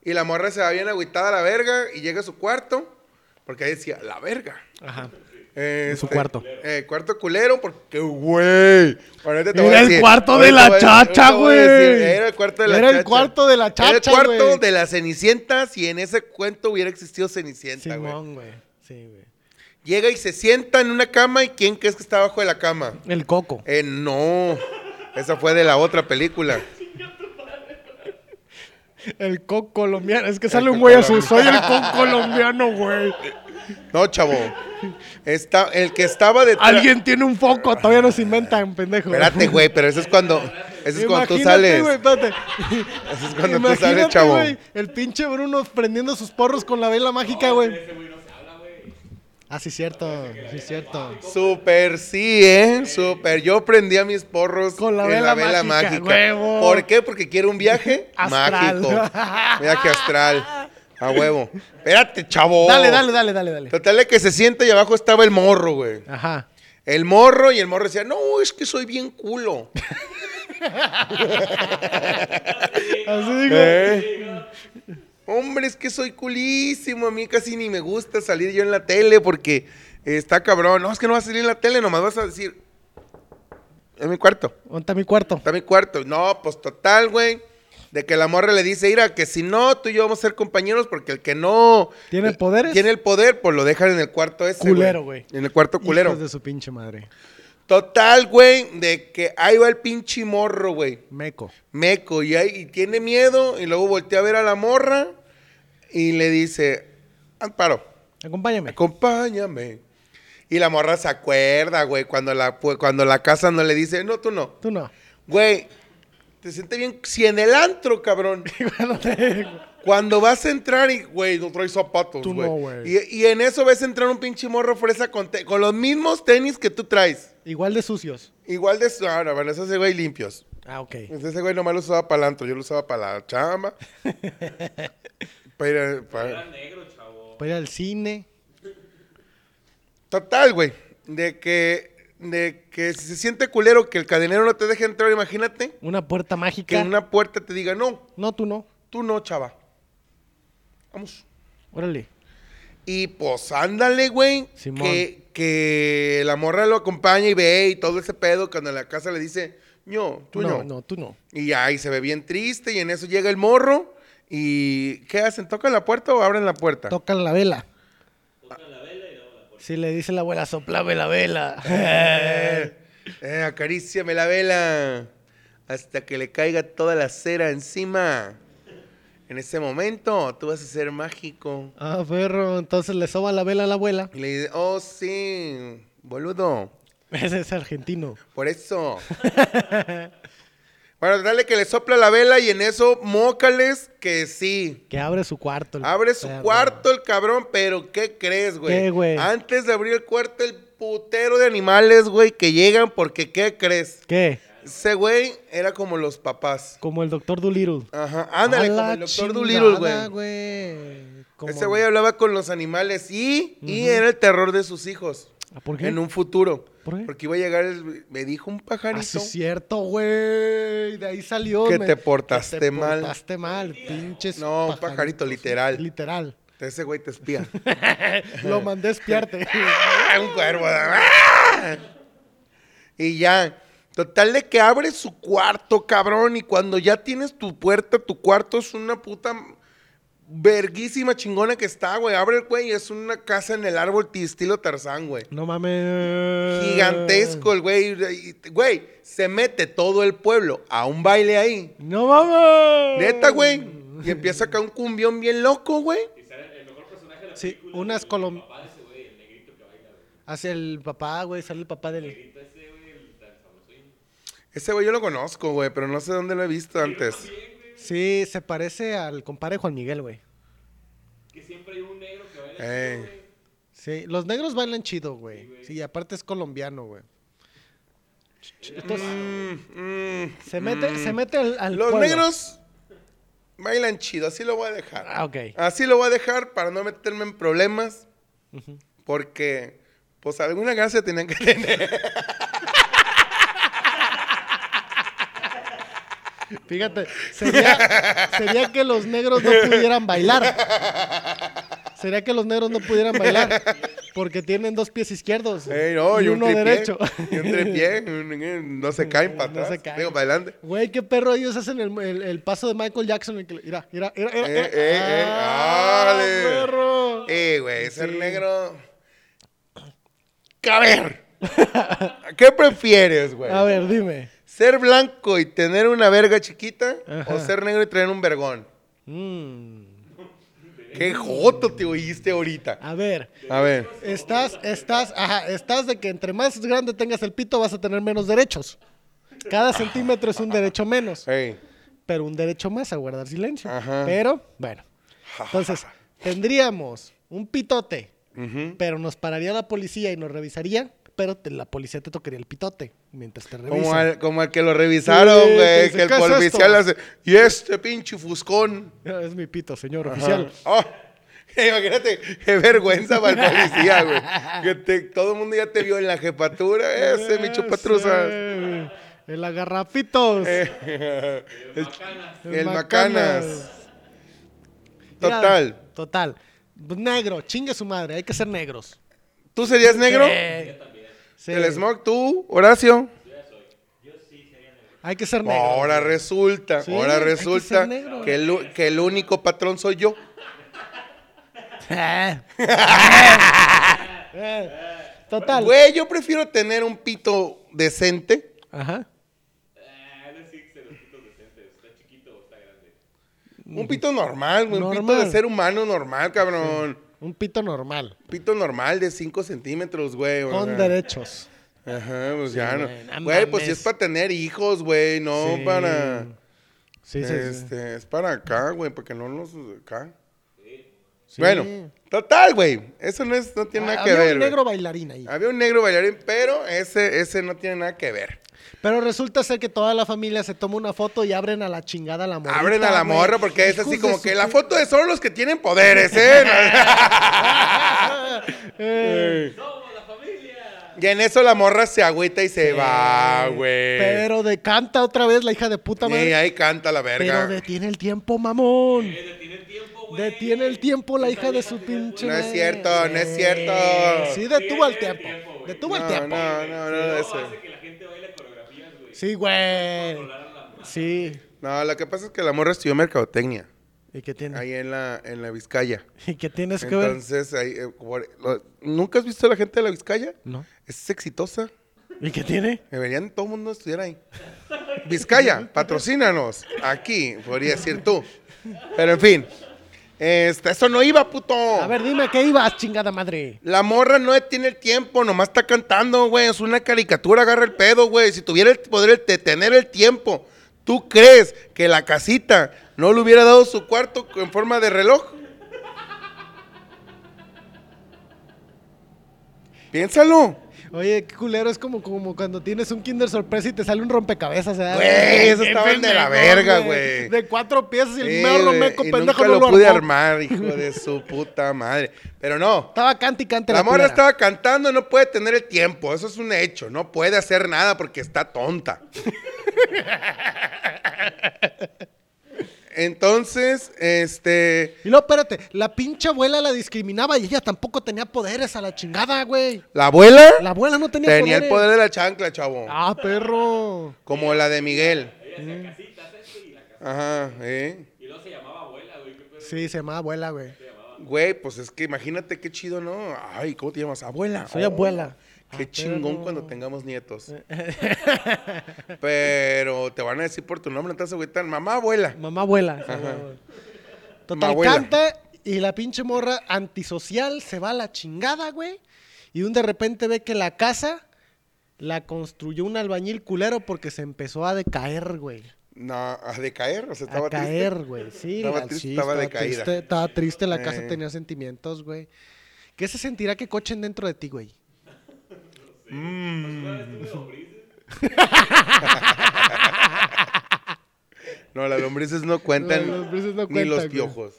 Y la morra se va bien agüitada a la verga y llega a su cuarto, porque ahí decía, la verga. Ajá. Eh, En su este, cuarto. eh, cuarto culero, porque, güey. ahorita te voy Era a el decir, cuarto de ahorita la voy a- chacha, ahorita voy a decir, güey. Era el cuarto de la Era chacha. el cuarto de la Era el chacha, cuarto güey. de la Cenicienta, si en ese cuento hubiera existido Cenicienta, güey. Simón, güey. Sí, güey. Llega y se sienta en una cama, ¿y quién crees que está abajo de la cama? El coco. Eh, no. Esa fue de la otra película. El coco colombiano. Es que sale coco un güey a su. colombiano. Soy el coco colombiano, güey. No, chavo. Está, el que estaba detrás. Alguien tiene un foco. Todavía nos inventan, pendejo. Espérate, güey, pero eso es cuando. Eso es cuando tú Imagínate, sales. güey, espérate. Eso es cuando tú Imagínate, sales, chavo. güey, el pinche Bruno prendiendo sus porros con la vela mágica, güey. Ah, sí, cierto. Sí, cierto. Super sí, ¿eh? Super. Yo prendí a mis porros Con la en vela mágica, huevo. ¿Por qué? Porque quiero un viaje Astral. mágico. Viaje astral. A huevo. Espérate, chavo. Dale, dale, dale, dale, dale. Total de que se sienta y abajo estaba el morro, güey. Ajá. El morro y el morro decía, no, es que soy bien culo. Así digo. Hombre, es que soy culísimo. A mí casi ni me gusta salir yo en la tele porque eh, está cabrón. No, es que no vas a salir en la tele, nomás vas a decir. En mi cuarto, ¿Dónde está mi cuarto? está mi cuarto. No, pues total, güey. De que la morra le dice, mira, que si no, tú y yo vamos a ser compañeros porque el que no. eh, ¿Tiene poderes? Tiene el poder, pues lo dejan en el cuarto ese. Culero, güey. En el cuarto culero. Hijos de su pinche madre. Total, güey, de que ahí va el pinche morro, güey. Meco. Meco, y, ahí- y tiene miedo, y luego voltea a ver a la morra y le dice, Amparo, Acompáñame. acompáñame. Y la morra se acuerda, güey, cuando la, pu- cuando la casa no le dice, no, tú no. Tú no. Güey, te sientes bien, si en el antro, cabrón. Bueno, te- Cuando vas a entrar y, güey, no traes zapatos, Tú güey. no, güey. y, y en eso ves entrar un pinche morro fresa con, te- con los mismos tenis que tú traes. Igual de sucios. Igual de... Ahora, bueno, esos güey limpios. Ah, ok. Pues ese güey nomás lo usaba para el antro, yo lo usaba para la chamba. Pero, pa- Para ir al cine. total, güey. De que, de que si se siente culero que el cadenero no te deje entrar, imagínate Una puerta que mágica. en una puerta te diga, no, No, tú no. tú no, chava. Vamos. Órale. Y pues ándale, güey. Simón. Que, que la morra lo acompaña y ve y todo ese pedo cuando en la casa le dice, no, tú no, no. no, tú no. Y ahí se ve bien triste y en eso llega el morro. ¿Y qué hacen? ¿Tocan la puerta o abren la puerta? Tocan la vela. Tocan la vela y la Si le dice la abuela, soplame la vela. Eh, acaríciame la vela hasta que le caiga toda la cera encima. En ese momento tú vas a ser mágico. ah, perro. Entonces le soba la vela a la abuela. Y le dice, oh sí, boludo, Ese es argentino. por eso. bueno, dale que le sopla la vela y en eso mócales que sí. Que abre su cuarto. el Abre su perro. cuarto el cabrón, pero ¿qué crees, güey? ¿Qué, güey? Antes de abrir el cuarto, el putero de animales, güey, que llegan porque ¿qué crees? ¿Qué? Ese güey era como los papás. Como el doctor Dolittle. Ajá, ándale, A como la el doctor Dolittle, chingada, güey. Como- Ese güey hablaba con los animales y, y era el terror de sus hijos. Ah, ¿Por qué? En un futuro. ¿Por qué? Porque iba a llegar, el- me dijo un Ah, sí pajarito. es cierto, güey. De ahí salió. Que me- te portaste que te mal. portaste mal, pinches. No, un pajaritos. pajarito, literal. Literal. Ese güey te espía. Lo mandé a espiarte. ¡Ah! un cuervo. ¡Ah! Y ya. Total de que abres su cuarto, cabrón. Y cuando ya tienes tu puerta, tu cuarto es una puta verguísima chingona que está, güey. Abre el güey y es una casa en el árbol ti- estilo Tarzán, güey. no mames. Gigantesco el güey. Y- y- Güey, se mete todo el pueblo a un baile ahí. No mames. Neta, güey. Y empieza acá un cumbión bien loco, güey. Sí, unas colom. Hace el papá, güey, sale el papá del. Ese güey yo lo conozco, güey, pero no sé dónde lo he visto antes. Sí, se parece al compadre Juan Miguel, güey. Ey. Sí, los negros bailan chido, güey. Sí, y aparte es colombiano, güey. Entonces, Mm, mm. se mete, se mete al, al Los pueblo. negros Bailan chido, así lo voy a dejar. Ah, ok. Así lo voy a dejar para no meterme en problemas. Porque, pues, alguna gracia tenían que tener. Fíjate, sería, sería que los negros no pudieran bailar. Sería que los negros no pudieran bailar. Porque tienen dos pies izquierdos Ey, no, y uno tripié, derecho. Y un tripié. un- No se caen para No atrás. se caen. Digo, para adelante. Güey, qué perro ellos hacen el, el- el paso de Michael Jackson. el que le- Mira, mira, mira. mira, Eh, mira. eh, eh, ¡Ah, ale! perro! Eh, güey, ser Sí. negro. A ver. ¿Qué prefieres, güey? A ver, dime. ¿Ser blanco y tener una verga chiquita? ¿O Ajá. ser negro y tener un vergón? Mm, ¿Qué joto te oíste ahorita? a ver, A ver. estás, estás, ajá, estás de que entre más grande tengas el pito vas a tener menos derechos. Cada centímetro es un derecho menos. Ey. pero un derecho más a guardar silencio. Ajá. Pero, bueno. Entonces, tendríamos un pitote, Ujú. pero nos pararía la policía y nos revisaría, pero te- la policía te tocaría el pitote mientras te Como revisa. al, como al que lo revisaron, Sí, güey. dice, que el ¿qué es esto? policial hace. Y este pinche fuscón. Ah, Es mi pito, señor Ajá. oficial. Oh, imagínate, qué vergüenza para el policía, güey. Que te- todo el mundo ya te vio en la jefatura. Ese, mi chupatruzas. Ese, El agarrapitos. el, el el macanas. Total. Mira, total. Negro, chingue su madre, hay que ser negros. ¿Tú serías negro? Sí, El smog, tú, Horacio. Hay que ser negro. Ahora resulta, Sí, ahora hay que resulta ser negro. que el, u- que el único patrón soy yo. Eh. Eh. Total. Güey, yo prefiero tener un pito decente. Ajá. Un pito normal, güey. Un pito Mm. Normal. de ser humano normal, cabrón. Un pito normal. Pito normal de 5 centímetros, güey. o Con sea. derechos. Ajá, pues ya güey, no. no Güey, pues si mames. es para tener hijos, güey, no Sí. para. Sí, sí, sí. este, es para acá, güey, para que no nos. acá. Sí. Ah, Bueno, total, güey. Eso no, es, no tiene nada que Había ver. un güey. Ah. negro bailarín ahí. Había un negro bailarín, pero ese, ese no tiene nada que ver. Pero resulta ser que toda la familia se toma una foto y abren a la chingada a la morra. Abren a la morra porque es así como que la foto de solo los que tienen poderes, ¿eh? y en eso la morra se agüita y se va, güey. Pero decanta otra vez la hija de puta Y madre. ahí canta la Pero verga. detiene el tiempo, mamón. Detiene el tiempo la hija de su pinche. No es madre. cierto, no es cierto. Sí, detuvo el tiempo. Detuvo el No, no, tiempo. no, no, no, eso. Sí, güey. Sí. No, lo que pasa es que la morra estudió mercadotecnia. ¿Y qué tiene? Ahí en la, en la Vizcaya. ¿Y qué tienes que ver? Entonces, ahí, eh, por- lo- ¿nunca has visto a la gente de la Vizcaya? No. Es exitosa. ¿Y qué tiene? Deberían todo el mundo estudiar ahí. Vizcaya, patrocínanos. Aquí, podría decir tú. Pero en fin. Este, eso no iba, puto. A ver, dime qué ibas, chingada madre. La morra no tiene el tiempo, nomás está cantando, güey. Es una caricatura, agarra el pedo, güey. Si tuviera el poder de tener el tiempo, ¿tú crees que la casita no le hubiera dado su cuarto en forma de reloj? Piénsalo. Oye, qué culero, es como, como cuando tienes un Kinder Sorpresa y te sale un rompecabezas. ¿eh? Güey, eso Qué estaban de la pendejo, verga, güey. De cuatro piezas y el Sí, mero güey, meco Eh, y pendejo nunca no lo, lo pude armó. armar, hijo de su puta madre. Pero no, Estaba cante y cante la morra culera. estaba cantando, no puede tener el tiempo, eso es un hecho, no puede hacer nada porque está tonta. Entonces, este, Y luego, espérate, la pinche abuela la discriminaba y ella tampoco tenía poderes a la chingada, güey. la abuela La abuela no tenía, tenía poderes. el poder de la chancla, chavo, Ah, perro. como la de Miguel. Ajá, eh. Sí, se llamaba abuela, güey. Güey, pues es que imagínate qué chido, ¿no? Ay, ¿cómo te llamas? Abuela. Soy Oh, abuela. Qué Ah, chingón pero- Eh. cuando tengamos nietos. pero te van a decir por tu nombre, no te vas a agüitar. Mamá, abuela. Mamá abuela. Total, Mabuela. canta y la pinche morra antisocial se va a la chingada, güey. Y un de repente ve que la casa la construyó un albañil culero porque se empezó a decaer, güey. No, a decaer, o sea, estaba A triste. caer, güey. Sí, Estaba la- triste, sí, estaba decaída. Triste, estaba triste, la casa Eh. tenía sentimientos, güey. ¿Qué se sentirá que cochen dentro de ti, güey? Mm. No, las lombrices no cuentan. Las lombrices no Ni cuentan, los güey. piojos.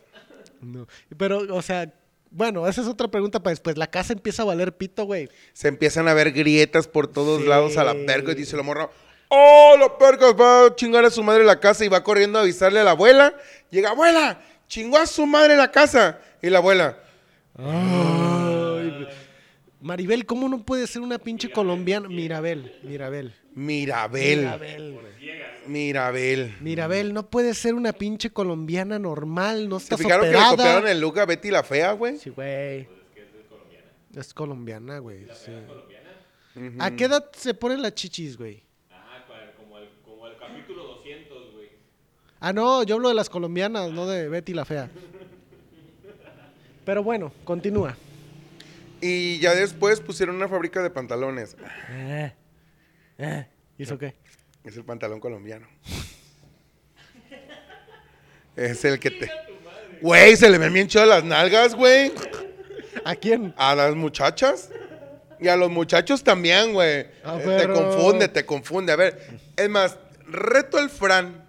No. Pero, o sea, bueno, esa es otra pregunta para después. La casa empieza a valer pito, güey. Se empiezan a ver grietas por todos Sí. lados a la perca y dice la morra. ¡Oh, la perca va a chingar a su madre la casa! Y va corriendo a avisarle a la abuela. Llega, abuela, chingó a su madre la casa. Y la abuela, Ay, Maribel, ¿cómo no puede ser una pinche colombiana? Mirabel, Mirabel. Mirabel, Mirabel. Mirabel. Mirabel, no puede ser una pinche colombiana normal, no ¿Se estás fijaron que le copiaron operada. el look a Betty la Fea, güey? Sí, güey. Pues Es colombiana, güey. sí. ¿A qué edad se ponen las chichis, güey? Ah, cua- como el, como el capítulo 200, güey. Ah, no, yo hablo de las colombianas, no de Betty la Fea. Pero bueno, continúa. Y ya después pusieron una fábrica de pantalones. ¿Y eso Eh, qué? Es el pantalón colombiano. es el que te... Güey, se le ven bien chidas las nalgas, güey. ¿A quién? A las muchachas. Y a los muchachos también, güey. Ah, Eh, te pero- confunde, te confunde. A ver, es más, reto al Fran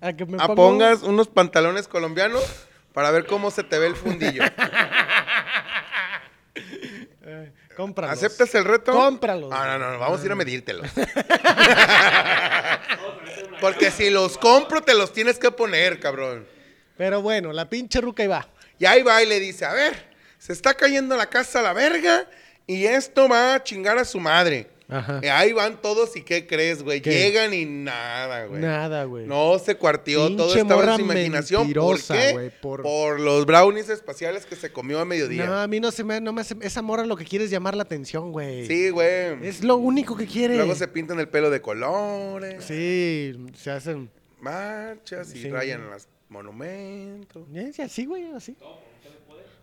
¿A que me a ponga- pongas unos pantalones colombianos para ver cómo se te ve el fundillo. Cómpralos. ¿Aceptas el reto? Cómpralos. Ah, no, no, no, vamos a ir a medírtelos. Porque si los compro, te los tienes que poner, cabrón. Pero bueno, la pinche ruca y va. Y ahí va y le dice, a ver, se está cayendo la casa a la verga y esto va a chingar a su madre. Ajá. Y Eh, ahí van todos y ¿qué crees, güey? ¿Qué? Llegan y nada, güey. Nada, güey. No se cuartió, todo Pinche estaba en morra su imaginación. ¿Por mentirosa, qué? güey, por... por- los brownies espaciales que se comió a mediodía. No, a mí no se me, no me hace- esa morra lo que quiere es llamar la atención, güey. Sí, güey. Es lo único que quiere. Luego se pintan el pelo de colores, Sí, se hacen. marchas y Sí. rayan los monumentos. Es así, güey, así.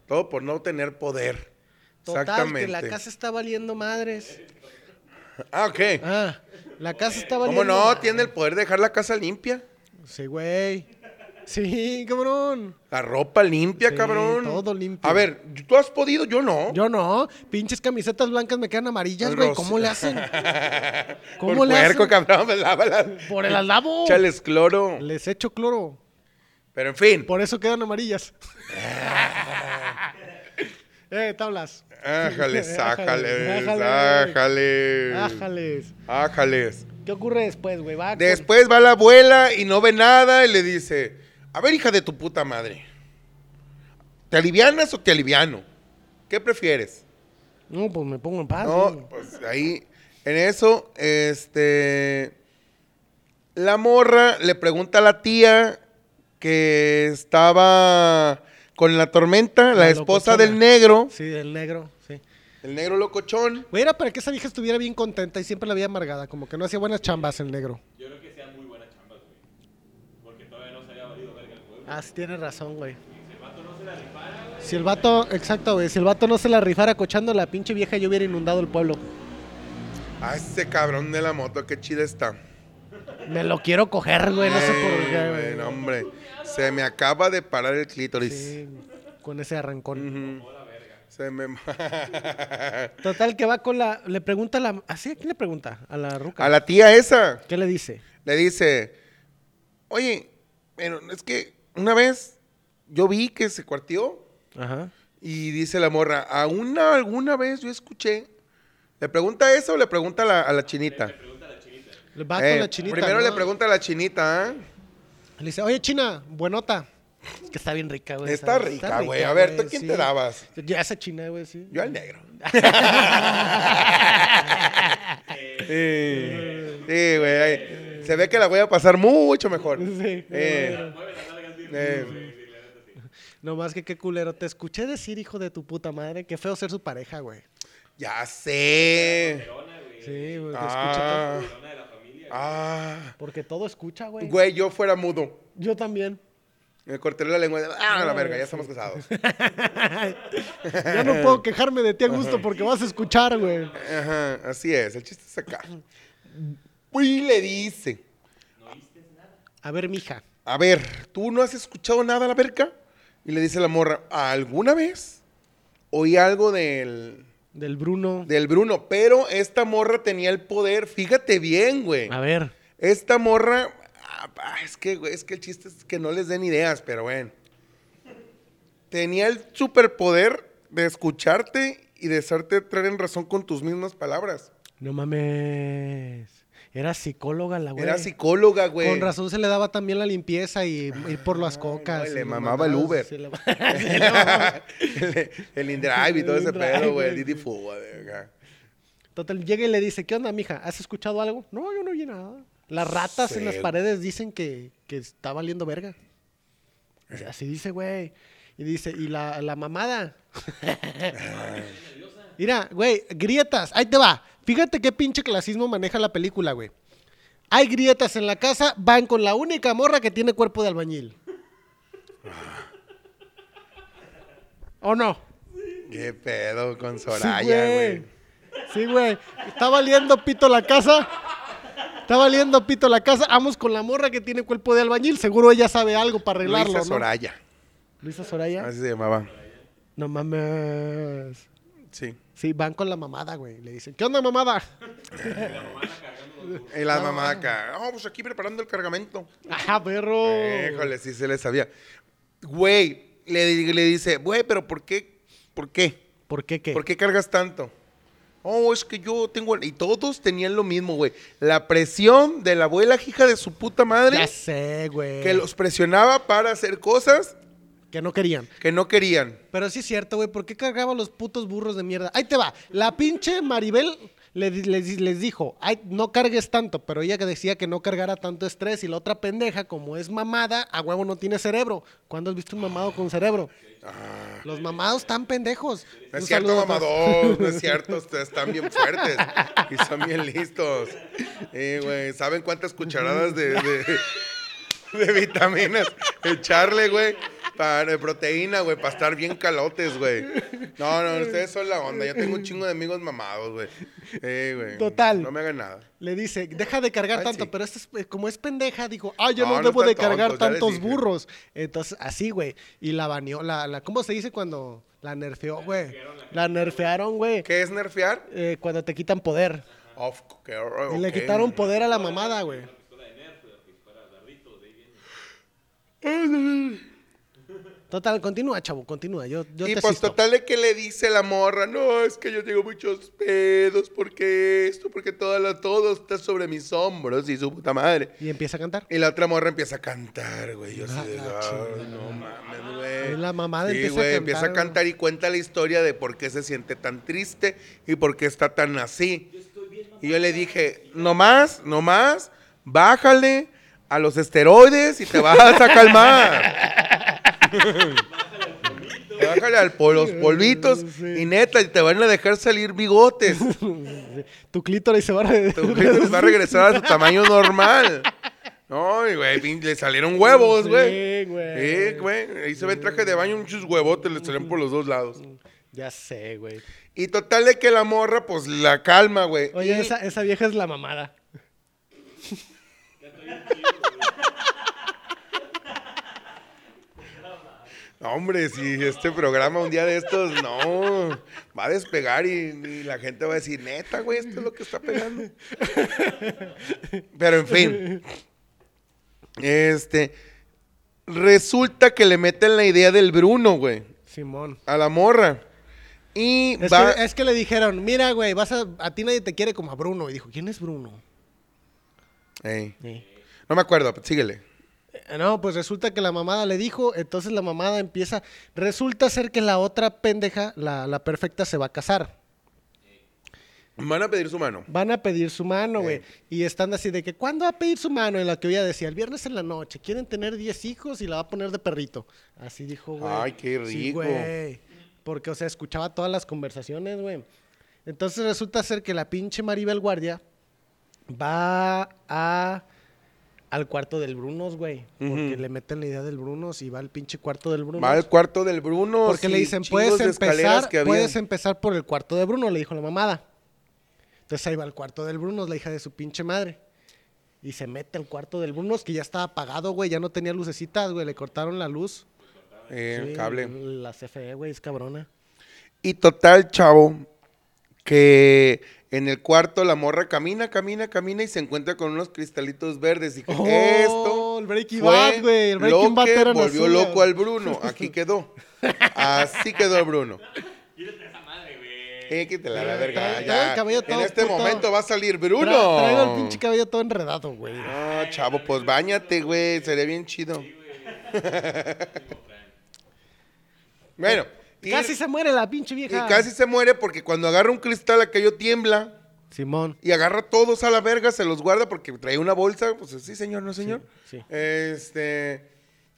Todo por no tener poder. Total, Exactamente. que la casa está valiendo madres. Ah, ok. Ah, la casa está valiendo. ¿Cómo no? madres. Tiene el poder de dejar la casa limpia. Sí, güey. Sí, cabrón. La ropa limpia, Sí, cabrón. todo limpio. A ver, ¿tú has podido? Yo no. Yo no. Pinches camisetas blancas me quedan amarillas, güey. ¿Cómo le hacen? ¿Cómo Por le puerco, hacen? cabrón, me lava las- Por el alabo. Chales cloro. Les echo cloro. Pero en fin. Por eso quedan amarillas. eh, tablas. Ájales, ájales, ájales. ájales. Ájales. Ájales. ¿Qué ocurre después, güey? Va con- Después va la abuela y no ve nada y le dice, a ver, hija de tu puta madre, ¿te alivianas o te aliviano? ¿Qué prefieres? No, pues me pongo en paz. güey. No, pues ahí, en eso, este, la morra le pregunta a la tía que estaba con la tormenta, la, La esposa locochona. del negro, Sí, del negro, sí. el negro locochón. Güey, era para que esa vieja estuviera bien contenta y siempre la veía amargada, como que no hacía buenas chambas el negro. Yo creo que sean muy buenas chambas, güey. Porque todavía no se había valido verga el pueblo. Ah, sí, tienes razón, güey. Si el vato no se la rifara, güey. Si el vato, exacto, güey, si el vato no se la rifara cochando a la pinche vieja, yo hubiera inundado el pueblo. Ah, ese cabrón de la moto, qué chida está. Me lo quiero coger, güey, no sé por Ey, güey, qué, güey. no, hombre, se me acaba de parar el clítoris. Sí, con ese arrancón. Ujú. Se me... Total, que va con la, le pregunta a la, ¿así? ¿A quién le pregunta? A la ruca. A la tía esa ¿Qué le dice? le dice, oye, pero es que una vez yo vi que se cuartió Ajá. y dice la morra, ¿a una alguna vez yo escuché? ¿Le pregunta eso o le pregunta a la, a la chinita? Va Eh, con la chinita, Primero ¿no? le pregunta a la chinita, ¿ah? Le dice, oye, China, buenota. Es que está bien rica, güey. Está esa- rica, güey. A ver, ¿tú güey, quién sí. te dabas? Ya esa China, güey, sí. Yo al negro. Eh, sí, güey. ahí. Se ve que la voy a pasar mucho mejor. Sí. Eh, eh, No más que qué culero. Te escuché decir, hijo de tu puta madre, que feo ser su pareja, güey. ya sé. Sí, güey, te Ah, escucha todo- ah. Porque todo escucha, güey. Güey, yo fuera mudo. Yo también. Me corté la lengua. Ah, la verga, ya estamos casados. Ya no puedo quejarme de ti a gusto porque vas a escuchar, güey. Ajá, así es. El chiste es acá. Y le dice, A ver, mija. a ver, ¿tú no has escuchado nada a la verga? Y le dice la morra, ¿alguna vez oí algo del... Del Bruno. Del Bruno, pero esta morra tenía el poder. Fíjate bien, güey. A ver. Esta morra Ah, pa, es que, güey, es que el chiste es que no les den ideas, pero bueno. Tenía el superpoder de escucharte y de hacerte traer en razón con tus mismas palabras. No mames. Era psicóloga la Ah, güey. Era psicóloga, güey. Con razón se le daba también la limpieza y ir por las cocas. no, y y le lo mamaba mandaba, el Uber. se le- se le mamaba. el, el InDrive y todo El ese InDrive, pedo, güey. El güey. Didi Fu, güey, acá. Total, llega y le dice, ¿qué onda, mija? ¿Has escuchado algo? No, yo no vi nada. Las ratas Sí. en las paredes dicen que, que está valiendo verga. O sea, así dice, güey. Y dice, ¿y la, la mamada? Mira, güey, grietas. Ahí te va. Fíjate qué pinche clasismo maneja la película, güey. Hay grietas en la casa, van con la única morra que tiene cuerpo de albañil. ¿O no? Qué pedo con Sí, Soraya, güey. Sí, güey. Está valiendo pito la casa. Está valiendo pito la casa. Vamos con la morra que tiene cuerpo de albañil. Seguro ella sabe algo para arreglarlo. Luisa ¿no? Soraya. Ah, Luisa Soraya. Así se llamaba. No mames. Sí. Sí, van con la mamada, güey. Le dicen, ¿qué onda, mamada? Y la mamá acá. Oh, pues aquí preparando el cargamento. Ajá, Ah, perro. Híjole, sí se le sabía. Güey, le, di- le dice, güey, pero ¿por qué? ¿Por qué? ¿Por qué qué? ¿Por qué cargas tanto? Oh, es que yo tengo... el-". Y todos tenían lo mismo, güey. La presión de la abuela hija de su puta madre Ya sé, güey. que los presionaba para hacer cosas que no querían. que no querían. Pero sí es cierto, güey. ¿Por qué cargaban los putos burros de mierda? Ahí te va. La pinche Maribel le di- les, di- les dijo, Ay, no cargues tanto. Pero ella que decía que no cargara tanto estrés. Y la otra pendeja, como es mamada, a huevo no tiene cerebro. ¿Cuándo has visto un mamado con cerebro? Los mamados están pendejos. No Ah. es Un cierto, saludo a todos. mamador, no es cierto, ustedes están bien fuertes y son bien listos. Eh, güey, ¿saben cuántas cucharadas de, de- de vitaminas echarle, güey? Para de proteína, güey, para estar bien calotes, güey. No, no, ustedes son la onda. Yo tengo un chingo de amigos mamados, güey. Eh, güey. Total. No me hagan nada. Le dice, deja de cargar Ay, tanto, sí. pero esta es- eh, como es pendeja, dijo, ah, yo No, no, no debo de está cargar tonto, ya les tantos dije. burros. Entonces, así, güey. Y la baneó, la, la, ¿cómo se dice cuando la nerfeó, güey? La nerfearon, güey. ¿Qué es nerfear? eh, cuando te quitan poder. Off, que- Y le ok. quitaron poder a la mamada, güey. Total, continúa, chavo, continúa. Yo, yo y te pues asisto. total de que le dice la morra, no, es que yo tengo muchos pedos, porque esto, porque todo, lo- todo está sobre mis hombros y su puta madre. Y empieza a cantar. Y la otra morra empieza a cantar, güey. Yo sí Ah, de, la "Ay, chingada". no mames, güey. Y la mamada Sí, empieza a güey, cantar, empieza a güey. cantar y cuenta la historia de por qué se siente tan triste y por qué está tan así. Y yo le dije, no más, no más, bájale a los esteroides y te vas a calmar. Bájale al po- los polvitos Sí. y neta, y te van a dejar salir bigotes. Tu clítoris se va a... Tu clítoris va a regresar a su tamaño normal. No, y, güey, pin- le salieron huevos, Sí, güey. güey. Sí, güey. Ahí se ve el traje de baño, muchos huevotes le salieron por los dos lados. Ya sé, güey. Y total de que la morra, pues la calma, güey. Oye, Y- esa, esa vieja es la mamada. No, Hombre, si este programa un día de estos, no. Va a despegar y, y la gente va a decir, neta, güey, esto es lo que está pegando. Pero en fin. Este. Resulta que le meten la idea del Bruno, güey. Simón. a la morra. Y Es, va. que, es que le dijeron, mira, güey, vas a, a ti nadie te quiere como a Bruno. Y dijo, ¿quién es Bruno? Ey, Sí. No me acuerdo, síguele. Eh, No, pues resulta que la mamada le dijo, entonces la mamada empieza. Resulta ser que la otra pendeja, la, la perfecta, se va a casar. Van a pedir su mano. Van a pedir su mano, güey. Eh. Y están así de que, ¿cuándo va a pedir su mano? En la que ella decía, el viernes en la noche, quieren tener 10 hijos y la va a poner de perrito. Así dijo, güey. Ay, qué Sí, rico. güey. Porque, o sea, escuchaba todas las conversaciones, güey. Entonces resulta ser que la pinche Maribel Guardia va a al cuarto del Brunos, güey. Porque Ujú. le meten la idea del Brunos y va al pinche cuarto del Brunos. Va al cuarto del Bruno. Porque le sí, dicen, chingos puedes de escaleras empezar, que había". puedes em-". empezar por el cuarto de Bruno, le dijo la mamada. Entonces ahí va al cuarto del Bruno, la hija de su pinche madre. Y se mete al cuarto del Bruno, que ya estaba apagado, güey, ya no tenía lucecitas, güey, le cortaron la luz. Eh, Sí, cable. E, La CFE, güey, es cabrona. Y total, chavo, que en el cuarto la morra camina, camina, camina y se encuentra con unos cristalitos verdes. Dije, Oh, esto el Breaking fue Bad, güey, el Breaking lo Bad que era la volvió suya. loco al Bruno. Aquí quedó. Así quedó el Bruno. Quítate esa madre, güey. Eh, quítale a la Trae- verga. trae ya. el cabello En todo este puto. momento va a salir Tra- Bruno. Traigo el pinche cabello todo enredado, güey. Ah, chavo, pues bañate, güey. Sería bien chido. bueno. y- Casi se muere la pinche y vieja. casi se muere porque cuando agarra un cristal aquello tiembla. Simón. Y agarra todos a la verga, se los guarda porque trae una bolsa. Pues sí, señor, no, señor. Sí, sí. Este.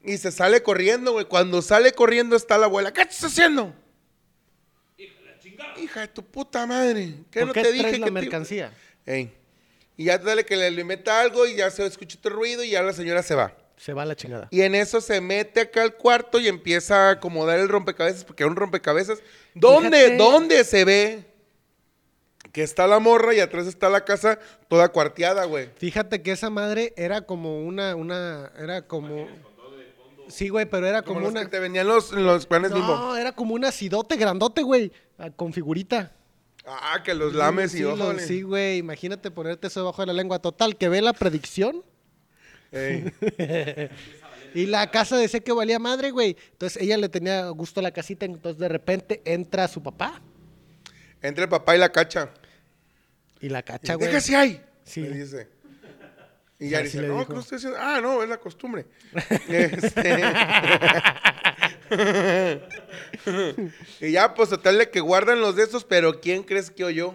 Y se sale corriendo, güey. Cuando sale corriendo está la abuela. ¿Qué estás haciendo? Hija de tu puta madre. ¿Qué ¿Por no qué te traes dije la que te- mercancía? Ey. Y ya dale que le alimenta algo y ya se escucha otro ruido y ya la señora se va. Se va a la chingada. Y en eso se mete acá al cuarto y empieza a acomodar el rompecabezas, porque era un rompecabezas. ¿Dónde, Fíjate. dónde se ve que está la morra y atrás está la casa toda cuarteada, güey? Fíjate que esa madre era como una, una, era como... Sí, güey, pero era Como, como, los una... que te venían los, en los planes mismo. No, era como un acidote grandote, güey, ah, con figurita. Ah, que los lames y Sí, lo- ojos. Sí, güey, imagínate ponerte eso debajo de la lengua. Total, que ve la predicción y la casa decía que valía madre, güey. Entonces ella le tenía gusto a la casita, entonces de repente entra su papá Entre el papá y la cacha. y la Deja cacha, güey. Deja si hay. Sí. le dice. Y ya Así dice, le no, dijo. ¿qué no estoy haciendo? Ah, no, es la costumbre. Este. y ya, pues, total de que guardan los de esos, pero ¿quién crees que oyó?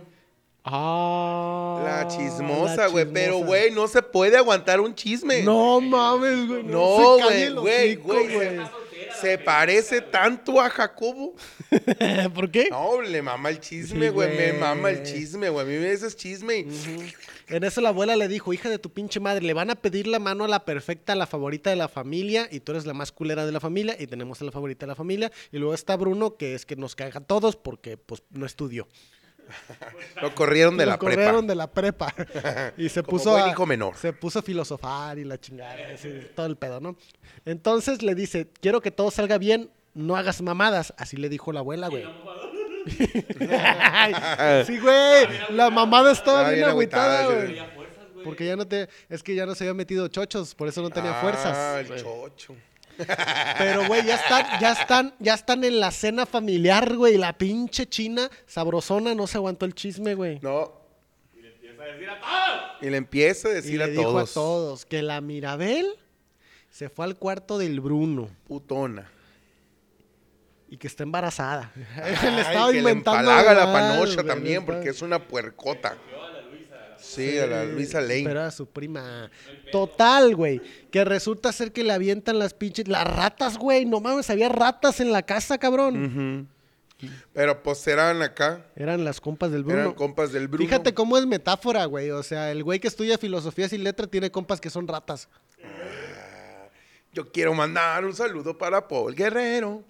Ah, La la chismosa, güey. Pero, chismosa. güey, no se puede aguantar un chisme. No mames, güey. No, se cae güey, el güey, hocico, güey. se- Se parece tanto a Jacobo. ¿Por qué? No, le mama el chisme, Sí, güey. Me güey. mama el chisme, güey. A mí me dices chisme y... En eso la abuela le dijo, hija de tu pinche madre, le van a pedir la mano a la perfecta, a la favorita de la familia, y tú eres la más culera de la familia, y tenemos a la favorita de la familia, y luego está Bruno, que es que nos caga a todos porque pues no estudió. Lo corrieron de Lo la corrieron prepa. de la prepa. y se Como puso buen a, hijo menor. Se puso a filosofar y la chingada, así, todo el pedo, ¿no? Entonces le dice, quiero que todo salga bien, no hagas mamadas. Así le dijo la abuela, güey. sí, güey. La mamada estaba Estaba bien bien agüitada, agüitada, sí. güey. Porque ya no te, es que ya no se había metido chochos, por eso no tenía Ah, fuerzas. el chocho. Pero, güey, ya están, ya están, ya están en la cena familiar, güey. La pinche china sabrosona no se aguantó el chisme, güey. No. Empieza a decir a todos. Y le empieza a y decir le a dijo todos. a todos que la Mirabel se fue al cuarto del Bruno Putona. y que está embarazada. Ay, le estaba que inventando. Le empalaga la mal, panocha güey, también, le porque estaba- es una puercota. Sí, a la Luisa Lane. Pero era su prima. Total, güey. Que resulta ser que le avientan las pinches. Las ratas, güey. No mames, había ratas en la casa, cabrón. Pero pues eran acá, Eran las compas del Bruno. eran compas del Bruno. Fíjate cómo es metáfora, güey. O sea, el güey que estudia filosofías y letra tiene compas que son ratas. Yo quiero mandar un saludo para Paul Guerrero.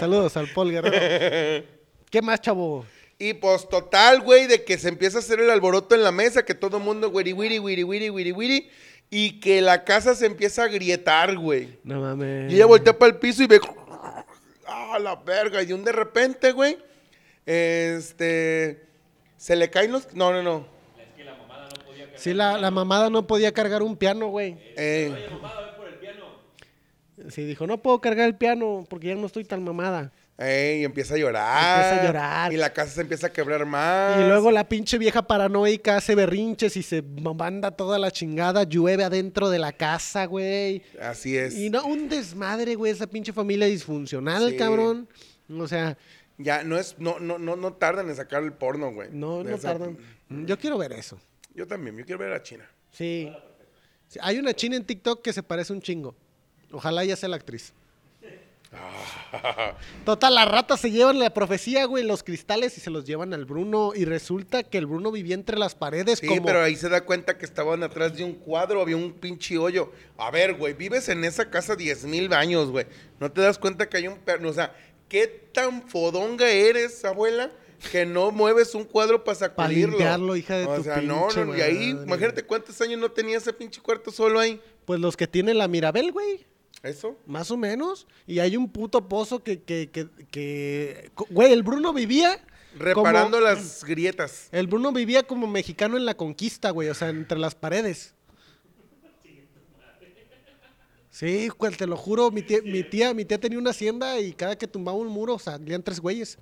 Saludos al Paul Guerrero. ¿Qué más, chavo? Y pues total, güey, de que se empieza a hacer el alboroto en la mesa, que todo el mundo, güiri, güiri, güiri, güiri, güiri, güiri, y que la casa se empieza a grietar, güey. No mames. Y ella voltea para el piso y ve. ¡Ah, la verga! Y un de repente, güey. Este. Se le caen los. No, no, no. Sí, la, la mamada no podía cargar un piano, güey. Eh, Sí, dijo, no puedo cargar el piano porque ya no estoy tan mamada. eh, y empieza a llorar. Empieza a llorar. Y la casa se empieza a quebrar más. Y luego la pinche vieja paranoica hace berrinches y se manda toda la chingada, llueve adentro de la casa, güey. Así es. Y no, un desmadre, güey, esa pinche familia disfuncional, Sí. cabrón. O sea, Ya, no es. No, no, no, no tardan en sacar el porno, güey. no, no Esa- tardan. Yo quiero ver eso. Yo también, yo quiero ver a China. Sí. Sí, Hay una china en TikTok que se parece un chingo. Ojalá ella sea la actriz. Total, las ratas se llevan la profecía, güey, los cristales y se los llevan al Bruno. Y resulta que el Bruno vivía entre las paredes Sí, como... pero ahí se da cuenta que estaban atrás de un cuadro, había un pinche hoyo. A ver, güey, vives en esa casa 10 mil años, güey. No te das cuenta que hay un perro. O sea, ¿qué tan fodonga eres, abuela? Que no mueves un cuadro para sacudirlo. limpiarlo, hija de o tu sea, no, pinche no, y ahí, madre. imagínate cuántos años no tenía ese pinche cuarto solo ahí. Pues los que tiene la Mirabel, güey. ¿Eso? Más o menos. Y hay un puto pozo que... que, que, que- co- Güey, el Bruno vivía Reparando como- las grietas. El Bruno vivía como mexicano en la conquista, güey, o sea, entre las paredes. Sí, güey, te lo juro, mi tía, mi tía, mi tía tenía una hacienda y cada que tumbaba un muro salían tres güeyes.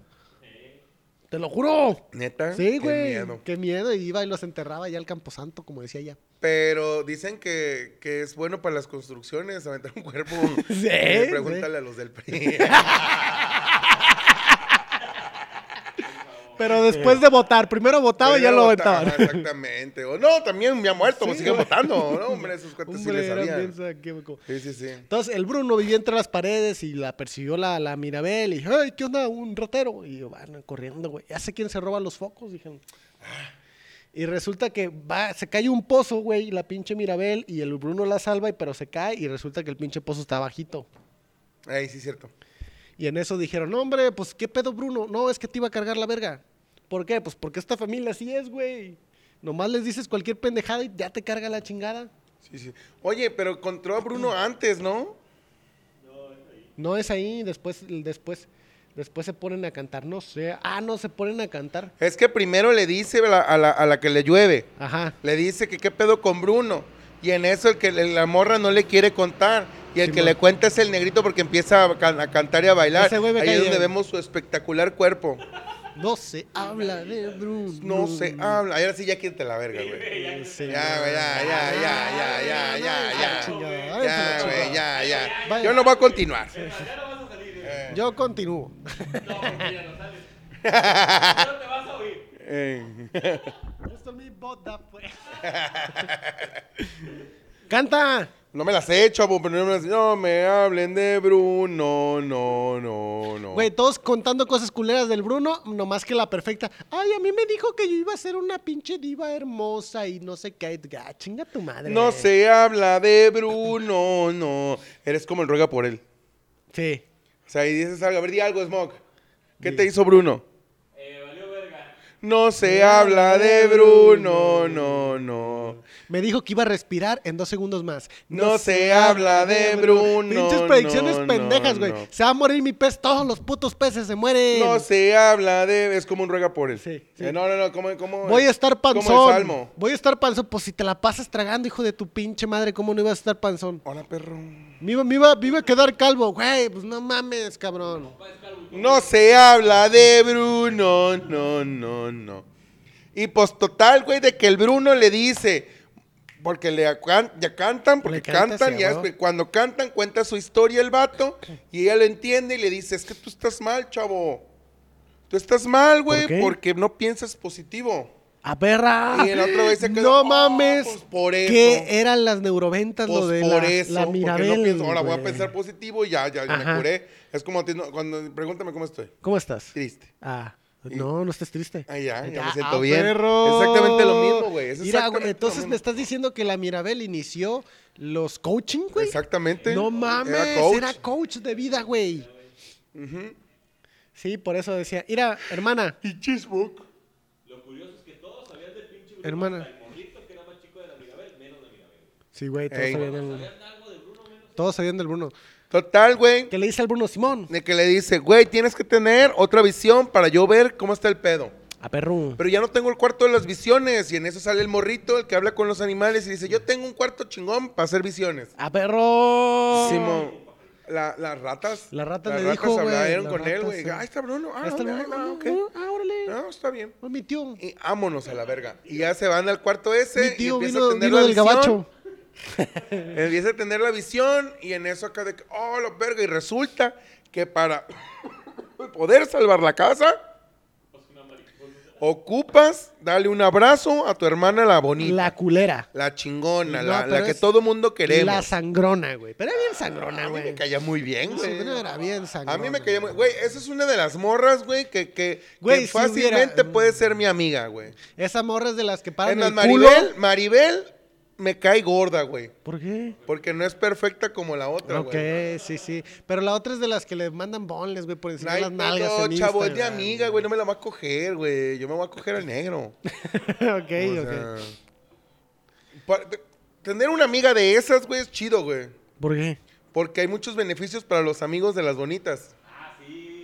¡Te lo juro! Neta. qué Sí, güey. Qué miedo. miedo. Y iba y los enterraba ya al Camposanto, como decía ella. Pero dicen que, que es bueno para las construcciones aventar un cuerpo. Sí, Eh, sí. Pregúntale a los del PRI. Pero después de votar, primero votaba y ya lo Pero ta- ah, aventaban. Exactamente. O no, también me ha muerto, pues Sí, siguen güey. votando. No, hombre, esos cuates sí Hombre, les eran bien sabían. saquímico. Sí, sí, sí. Entonces el Bruno vivía entre las paredes y la persiguió la, la Mirabel y dije, "Ey, ¿qué onda? Un ratero. Y yo, van corriendo, güey. Ya sé quién se roba los focos, dijeron. Y resulta que va, se cae un pozo, güey, la pinche Mirabel y el Bruno la salva, y- pero se cae y resulta que el pinche pozo está bajito. Ahí sí, cierto. Y en eso dijeron, no, hombre, pues qué pedo, Bruno. No, es que te iba a cargar la verga. ¿Por qué? Pues porque esta familia así es, güey. Nomás les dices cualquier pendejada y ya te carga la chingada. Sí, sí. Oye, pero encontró a Bruno antes, ¿no? No es ahí, después, después, después se ponen a cantar, no sé. Ah, no, se ponen a cantar. Es que primero le dice a la, a la- a la que le llueve. Ajá. Le dice que qué pedo con Bruno. Y en eso el que le- la morra no le quiere contar. Y el que Simón. le cuenta es el negrito porque empieza a, can- a cantar y a bailar. Ese güey me Ahí cae es donde bien. vemos su espectacular cuerpo. No se habla de Bruno. No se habla. Ahora sí ya quítate la verga, güey. Ya, güey, ya, ya, ya, ya, ya, ya, ya. Chingada, Ya, esa la güey, chingada. ya, ya. Vaya. Yo no voy a continuar. Ya no vas a salir. ¿eh? Yo continúo. No, porque ya no sales. No te vas a oír. Eh. ¡Canta! No me las he hecho, pero no me, las- no me hablen de Bruno, no, no, no. Güey, todos contando cosas culeras del Bruno, nomás que la perfecta. Ay, a mí me dijo que yo iba a ser una pinche diva hermosa y no sé qué. Ah, chinga tu madre. No se habla de Bruno, no. Eres como el ruega por él. Sí. O sea, y dices algo, a ver, di algo, Smog. ¿Qué te hizo Bruno? Eh, valió verga. No se habla de Bruno, no, no. Me dijo que iba a respirar en dos segundos más. No se habla de Bruno, Pinches predicciones no, no, pendejas, güey. no. Se va a morir mi pez. Todos los putos peces se mueren. No se habla de... Es como un ruega por él. Sí, sí. Eh, no, no, no, ¿cómo, cómo, Voy a estar panzón. Como el Salmo. Voy a estar panzón. Pues si te la pasas tragando, hijo de tu pinche madre, ¿cómo no ibas a estar panzón? Hola, perro. Me iba, me iba, me iba a quedar calvo, güey. Pues no mames, cabrón. No se habla de Bruno, no, no, no. Y pues total, güey, de que el Bruno le dice, porque le acan- ya cantan, porque Le canta, cantan, sí, ya a es- huevo. cuando cantan cuenta su historia el vato y ella lo entiende y le dice, es que tú estás mal, chavo. Tú estás mal, güey, qué? porque no piensas positivo. ¡A perra! Y el otro güey se quedó, No "Ah, mames. pues por eso". ¿Qué eran las neuroventas Pues lo de por la, eso, la porque no Mirabel? pienso, ahora voy a güey? pensar positivo y ya, ya, ya me Ajá. curé. Es como a ti, no, cuando pregúntame cómo estoy. ¿Cómo estás? Triste. Ah, no, no estés triste. Ah, ya, ya me Ah, siento ah, bien. perro. Exactamente lo mismo, güey. es Mira, güey, exactamente entonces lo me mismo. estás diciendo que la Mirabel inició los coaching, güey. Exactamente. No mames, era coach. coach, de vida, güey. Sí, por eso decía, mira, hermana, Y Cheesebook. Lo curioso es que todos sabían del pinche Bruno. hermana. hasta El morrito que era más chico de la Mirabel, menos de Mirabel. Sí, güey, todos Ey. sabían del Bruno. Todos sabían del Bruno. Total, güey. Que le dice al Bruno Simón, De que le dice, güey, tienes que tener otra visión para yo ver cómo está el pedo. a perro. Pero ya no tengo el cuarto de las visiones. Y en eso sale el morrito, el que habla con los animales y dice, yo tengo un cuarto chingón para hacer visiones. A perro. Simón. la- las ratas. Las ratas las le dijo, güey, hablaron las con él, ratas, güey. sí. Ah, está Bruno. Ah, Ahí está el ok, Bruno. ah, Ah, ok. ah, órale. No, está bien. Ah, mi tío. Y vámonos a la verga. Y ya se van al cuarto ese. Mi tío y empieza vino, a tener vino la del visión. gabacho. Empieza a tener la visión y en eso acá de que, oh, la verga, y resulta que para poder salvar la casa, ocupas darle un abrazo a tu hermana la bonita, la, La culera. chingona, No, la, la pero que es todo mundo queremos. Ah, La sangrona, güey. Pero era bien a sangrona, mí me güey. caía muy bien, Sí, güey. pero era bien A mí me sangrona. caía muy... Güey, esa es una de las morras, güey, que, que, Güey, que si hubiera- fácilmente puede ser mi amiga, güey. Esa morra es de las que Es paran más, el Maribel, culo. Maribel me cae gorda, güey. ¿Por qué? Porque no es perfecta como la otra, ok, güey. sí, sí. Pero la otra es de las que le mandan bonles, güey, por encima de las Ay, nalgas no, en chavo, es de Instagram. amiga, güey. No me la voy a coger, güey. Yo me voy a coger al negro. ok, O ok. sea, pa- te- tener una amiga de esas, güey, es chido, güey. ¿Por qué? Porque hay muchos beneficios para los amigos de las bonitas.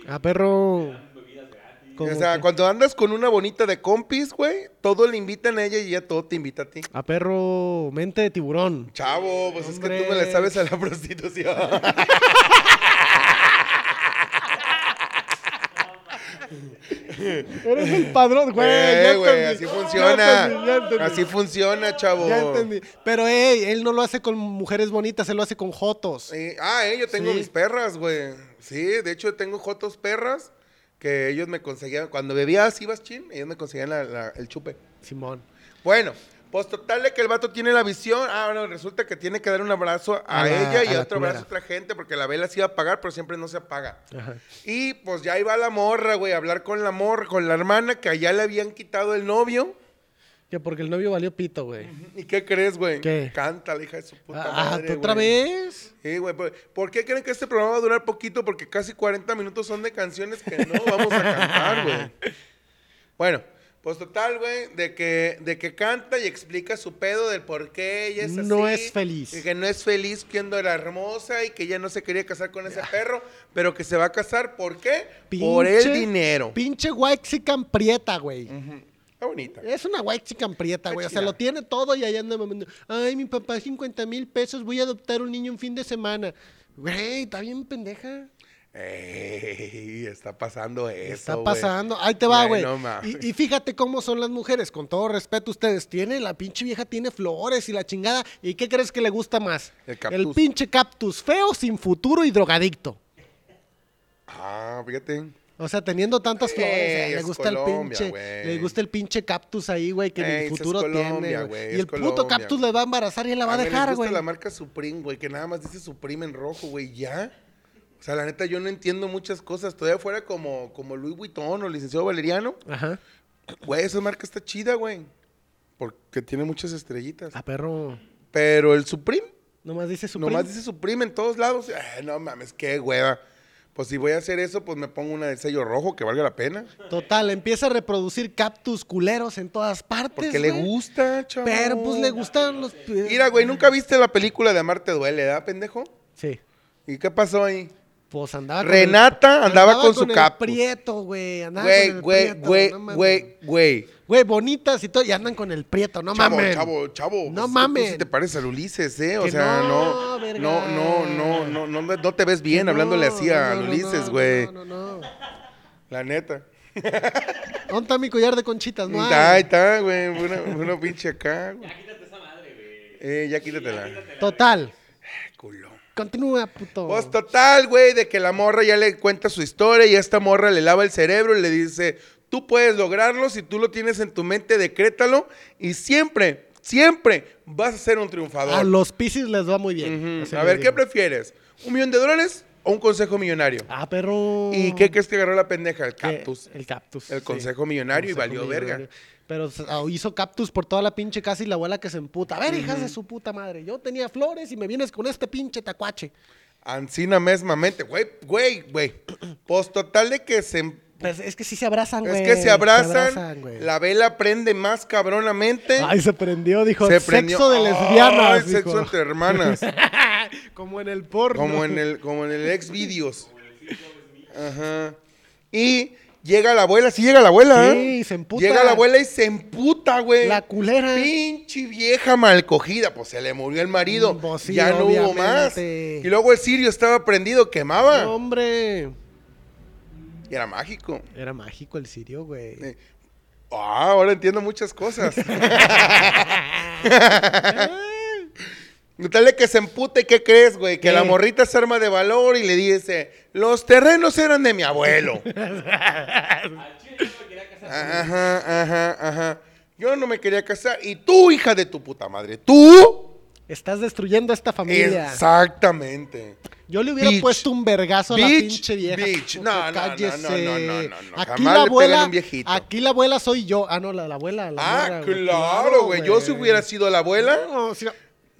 Ah, perro. Como o sea, que, cuando andas con una bonita de compis, güey, todo le invitan a ella y ya todo te invita a ti. A perro, mente de tiburón. Chavo, pues es que tú me Hombre. le sabes a la prostitución. Eres el padrón, güey. Eh, ya güey, así entendí. Ya funciona. entendí, ya entendí. Así funciona, chavo. Ya entendí. Pero, ey, él no lo hace con mujeres bonitas, él lo hace con jotos. Sí. Ah, eh, yo tengo Sí. mis perras, güey. Sí, de hecho tengo jotos perras que ellos me conseguían. Cuando bebía así, chin, ellos me conseguían la- la- el chupe. Simón. Bueno, pues total de que el vato tiene la visión. Ah, bueno, resulta que tiene que dar un abrazo a, A la- ella y a la otro abrazo a culera. otra gente porque la vela se iba a apagar, pero siempre no se apaga. Ajá. Y pues ya iba la morra, güey, a hablar con la morra, con la hermana que allá le habían quitado el novio. Que porque el novio valió pito, güey. ¿Y qué crees, güey? ¿Qué? Canta la hija de su puta Ah, madre, ¿tú otra güey. vez? Sí, güey, ¿por, por qué creen que este programa va a durar poquito? Porque casi 40 minutos son de canciones que no vamos a cantar, güey. Bueno, pues total, güey, de que, de que canta y explica su pedo del por qué ella es así. No es feliz. y que no es feliz siendo la hermosa y que ella no se quería casar con Ah. ese perro, pero que se va a casar, ¿por qué? por el Pinche- dinero. Pinche Waxican prieta, güey. Está bonita. Es una Waxican prieta, Está güey. O sea, chida. lo tiene todo y ahí anda mamando. Ay, mi papá, 50 mil pesos, voy a adoptar un niño un fin de semana. Güey, está bien pendeja. Ey, está pasando eso, Está güey. pasando. Ahí te va, Ay, güey. no mames. y, y fíjate cómo son las mujeres. Con todo respeto, ustedes tienen, la pinche vieja tiene flores y la chingada. ¿Y qué crees que le gusta más? El cactus. pinche cactus feo, sin futuro y drogadicto. Ah, fíjate. O sea, teniendo tantas Ey, flores, eh, le es gusta el Colombia, pinche, güey. le gusta el pinche cactus ahí, güey, que en Ey, el esa es futuro Colombia, tiene. güey. güey, Y es el puto Colombia, cactus güey. le va a embarazar y la va a mí les dejar, gusta güey. la marca Supreme, güey, que nada más dice Supreme en rojo, güey, ya. O sea, la neta, yo no entiendo muchas cosas. Todavía fuera como, como Louis Vuitton o licenciado Valeriano. Ajá. Güey, esa marca está chida, güey. Porque tiene muchas estrellitas. A perro. Pero el Supreme, Nomás dice su nomás dice Supreme en todos lados. Ay, no mames, qué hueva. Pues si voy a hacer eso, pues me pongo una de sello rojo que valga la pena. Total, empieza a reproducir cactus culeros en todas partes. Porque le Pues, güey. gusta, chaval. Pero pues le gustan los. Mira, güey, nunca viste la película de Amarte Duele, ¿verdad, pendejo? Sí. ¿Y qué pasó ahí? Pues andaba con Renata el- andaba con su el cactus. prieto, güey. Andaba Güey, con el güey, prieto, güey, no mames. güey, güey. Güey, bonitas y todo. Y andan con el prieto, no chavo, mames. chavo, chavo. No pues, tú mamen. sí te pareces al Ulises, ¿eh? O Que sea, no, no. verga. No, no, no, no, no, me- no te ves bien No, hablándole así a no, no, Ulises, no, güey. No, no, no, no. La neta. ¿Dónde está mi collar de conchitas? Pues No Ahí hay. está, güey. Una, una pinche acá, güey. Eh, ya quítatela. Total. Ay, culo. Continúa, puto. Pues total, güey, de que la morra ya le cuenta su historia y esta morra le lava el cerebro y le dice, tú puedes lograrlo, si tú lo tienes en tu mente, decrétalo y siempre, siempre vas a ser un triunfador. A los piscis les va muy bien. Ujú. Ah, Así A les ver, ¿qué digo. prefieres? ¿Un millón de dólares o un consejo millonario? Ah, perro. ¿Y qué crees que agarró la pendeja? El Que- cactus. El cactus. El sí. consejo millonario y Consejo valió verga. millonario. Pero se- ah, hizo cactus por toda la pinche casa y la abuela que se emputa. A ver, hijas de su puta madre. Yo tenía flores y me vienes con este pinche tacuache. Ancina mesmamente, güey, güey, güey. Pues total de que se... em, Pues es que sí se abrazan, es güey. que se abrazan, güey. la vela prende más cabronamente. Ay, se prendió, dijo. Se sexo prendió. de lesbianas. Ay, sexo dijo. entre hermanas. Como en el porno. como en el, como en el ex videos. Ajá. Y llega la abuela, sí llega la abuela. Sí, ¿eh? se emputa. Llega la abuela y se emputa, güey. La culera. Pinche vieja malcogida. Pues se le murió el marido. Mm, pues sí, ya no hubo más. obviamente. Y luego el sirio estaba prendido, quemaba. No, hombre. Y era mágico. Era mágico el sirio, güey. Eh, Ah, ahora entiendo muchas cosas. Dale que se empute, ¿qué crees, güey? Que ¿Qué? la morrita se arma de valor y le dice, los terrenos eran de mi abuelo. Al chile yo no me quería casar. ajá, ajá, ajá. Yo no me quería casar. Y tú, hija de tu puta madre, tú. Estás destruyendo a esta familia. Exactamente. Yo le hubiera Bitch. puesto un vergazo a la Bitch, pinche vieja. bitch. Puto, No, no, no, cállese. no, no, no, no, no. Aquí Jamás le la pegan abuela, a un viejito. aquí la abuela soy yo. Ah, no, la, la abuela. la morra, Ah, güey. claro, güey. Yo si hubiera sido la abuela, No, si no-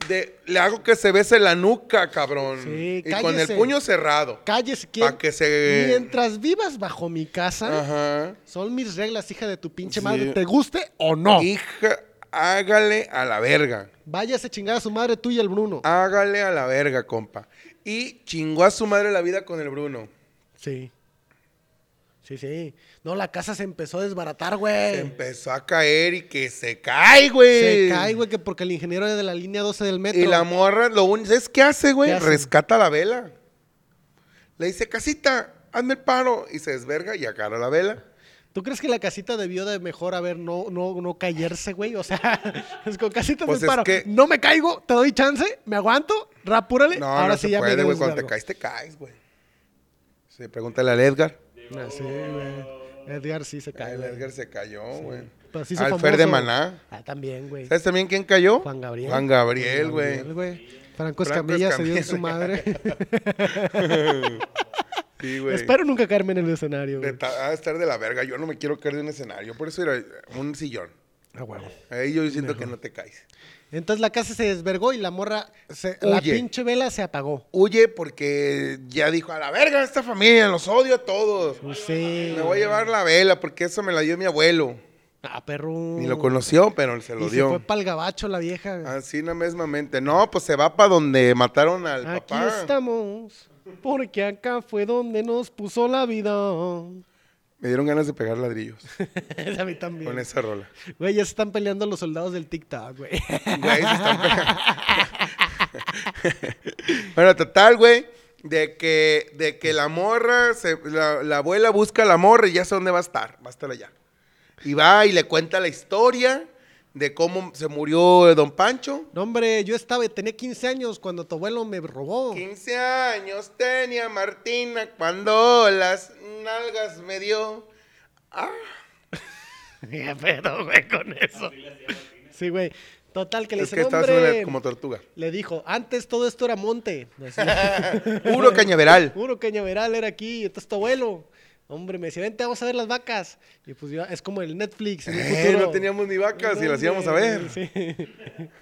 de- le hago que se bese la nuca, cabrón. Sí, y con el cállese. puño cerrado. Cállese, ¿quién? Pa' que se- eh, Mientras vivas bajo mi casa, Ajá. son mis reglas, hija de tu pinche Sí. madre. ¿Te guste o no? Hija, hágale a la verga. Váyase chingada su madre, tú y el Bruno. Ah. Hágale a la verga, compa. Y chingó a su madre la vida con el Bruno. Sí. Sí, sí. No, la casa se empezó a desbaratar, güey. Se empezó a caer y que se cae, güey. Eh. Se cae, güey, que porque el ingeniero era de la línea 12 del metro. Y la morra, lo único, es qué hace, güey? ¿Qué hace? Rescata la vela. Le dice, casita, hazme el paro. Y se desverga y agarra la vela. ¿Tú crees que la casita debió de mejor haber no, no, no caerse, güey? O sea, es con casitas Pues de es paro. que- No me caigo, te doy chance, me aguanto, rapúrale. No, Ahora no sí se ya me puede, güey. debes Cuando te de algo. caes, te caes, güey. Sí, pregúntale al Edgar. Ah, sí, güey. Edgar sí se Ah, cae. el güey. Edgar se cayó, güey. Pero sí se Al famoso, Fer de güey. Maná. Ah, también, güey. ¿Sabes también quién cayó? Juan Gabriel. Juan Gabriel, güey. Gabriel, Franco Franco Escamilla se dio en su Escamilla. madre. Sí, güey. Espero pues nunca caerme en el escenario, De güey. ta- Ha de estar de la verga. Yo no me quiero caer de un escenario. Por eso era un sillón. Ah, huevo. Ahí yo siento que no te caes. Entonces la casa se desvergó y la morra, se- la Huye. pinche vela se apagó. Huye porque ya dijo, a la verga esta familia, los odio a todos. Pues sí. Me voy a llevar la vela porque eso me la dio mi abuelo. Ah, perro. Ni lo conoció, pero él se lo y dio. se fue pa'l gabacho la vieja. güey. Así la mismamente. No, pues se va para donde mataron al Aquí papá. estamos, porque acá fue donde nos puso la vida. Me dieron ganas de pegar ladrillos Esa a mí también. con este. esa rola. Güey, ya se están peleando los soldados del TikTok, güey. Güey, se están pegando. bueno, total, güey. De que, de que la morra, se- la, la abuela busca a la morra y ya sé dónde va a estar. Va a estar allá. Y va y le cuenta la historia de cómo se murió don Pancho. No, hombre, yo estaba, tenía 15 años cuando tu abuelo me robó. 15 años tenía Martina cuando las nalgas me dio. ¿Qué pedo, güey, con eso? Sí, güey. Total, que le Es dice, que "No, estaba hombre, suena como tortuga. le dijo, antes todo esto era monte. Así. Puro cañaveral. Puro cañaveral era aquí, entonces tu abuelo. Hombre, me decía, vente, vamos a ver las vacas. Y pues yo, es como el Netflix. en un Eh, futuro. no teníamos ni vacas y No, las íbamos a hombre, ver.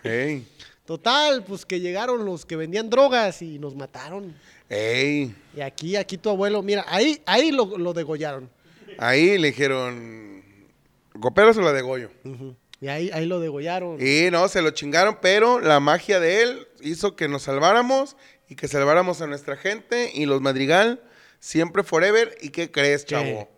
sí. Ey, Total, pues que llegaron los que vendían drogas y nos mataron. ey. Y aquí, aquí tu abuelo, mira, ahí, ahí lo, lo degollaron. Ahí le dijeron, ¿coperas o la de Goyo? Ujú. Y ahí, ahí lo degollaron. Y no, se lo chingaron, pero la magia de él hizo que nos salváramos y que salváramos a nuestra gente y los Madrigal, siempre forever. ¿Y qué crees, ¿Qué? chavo?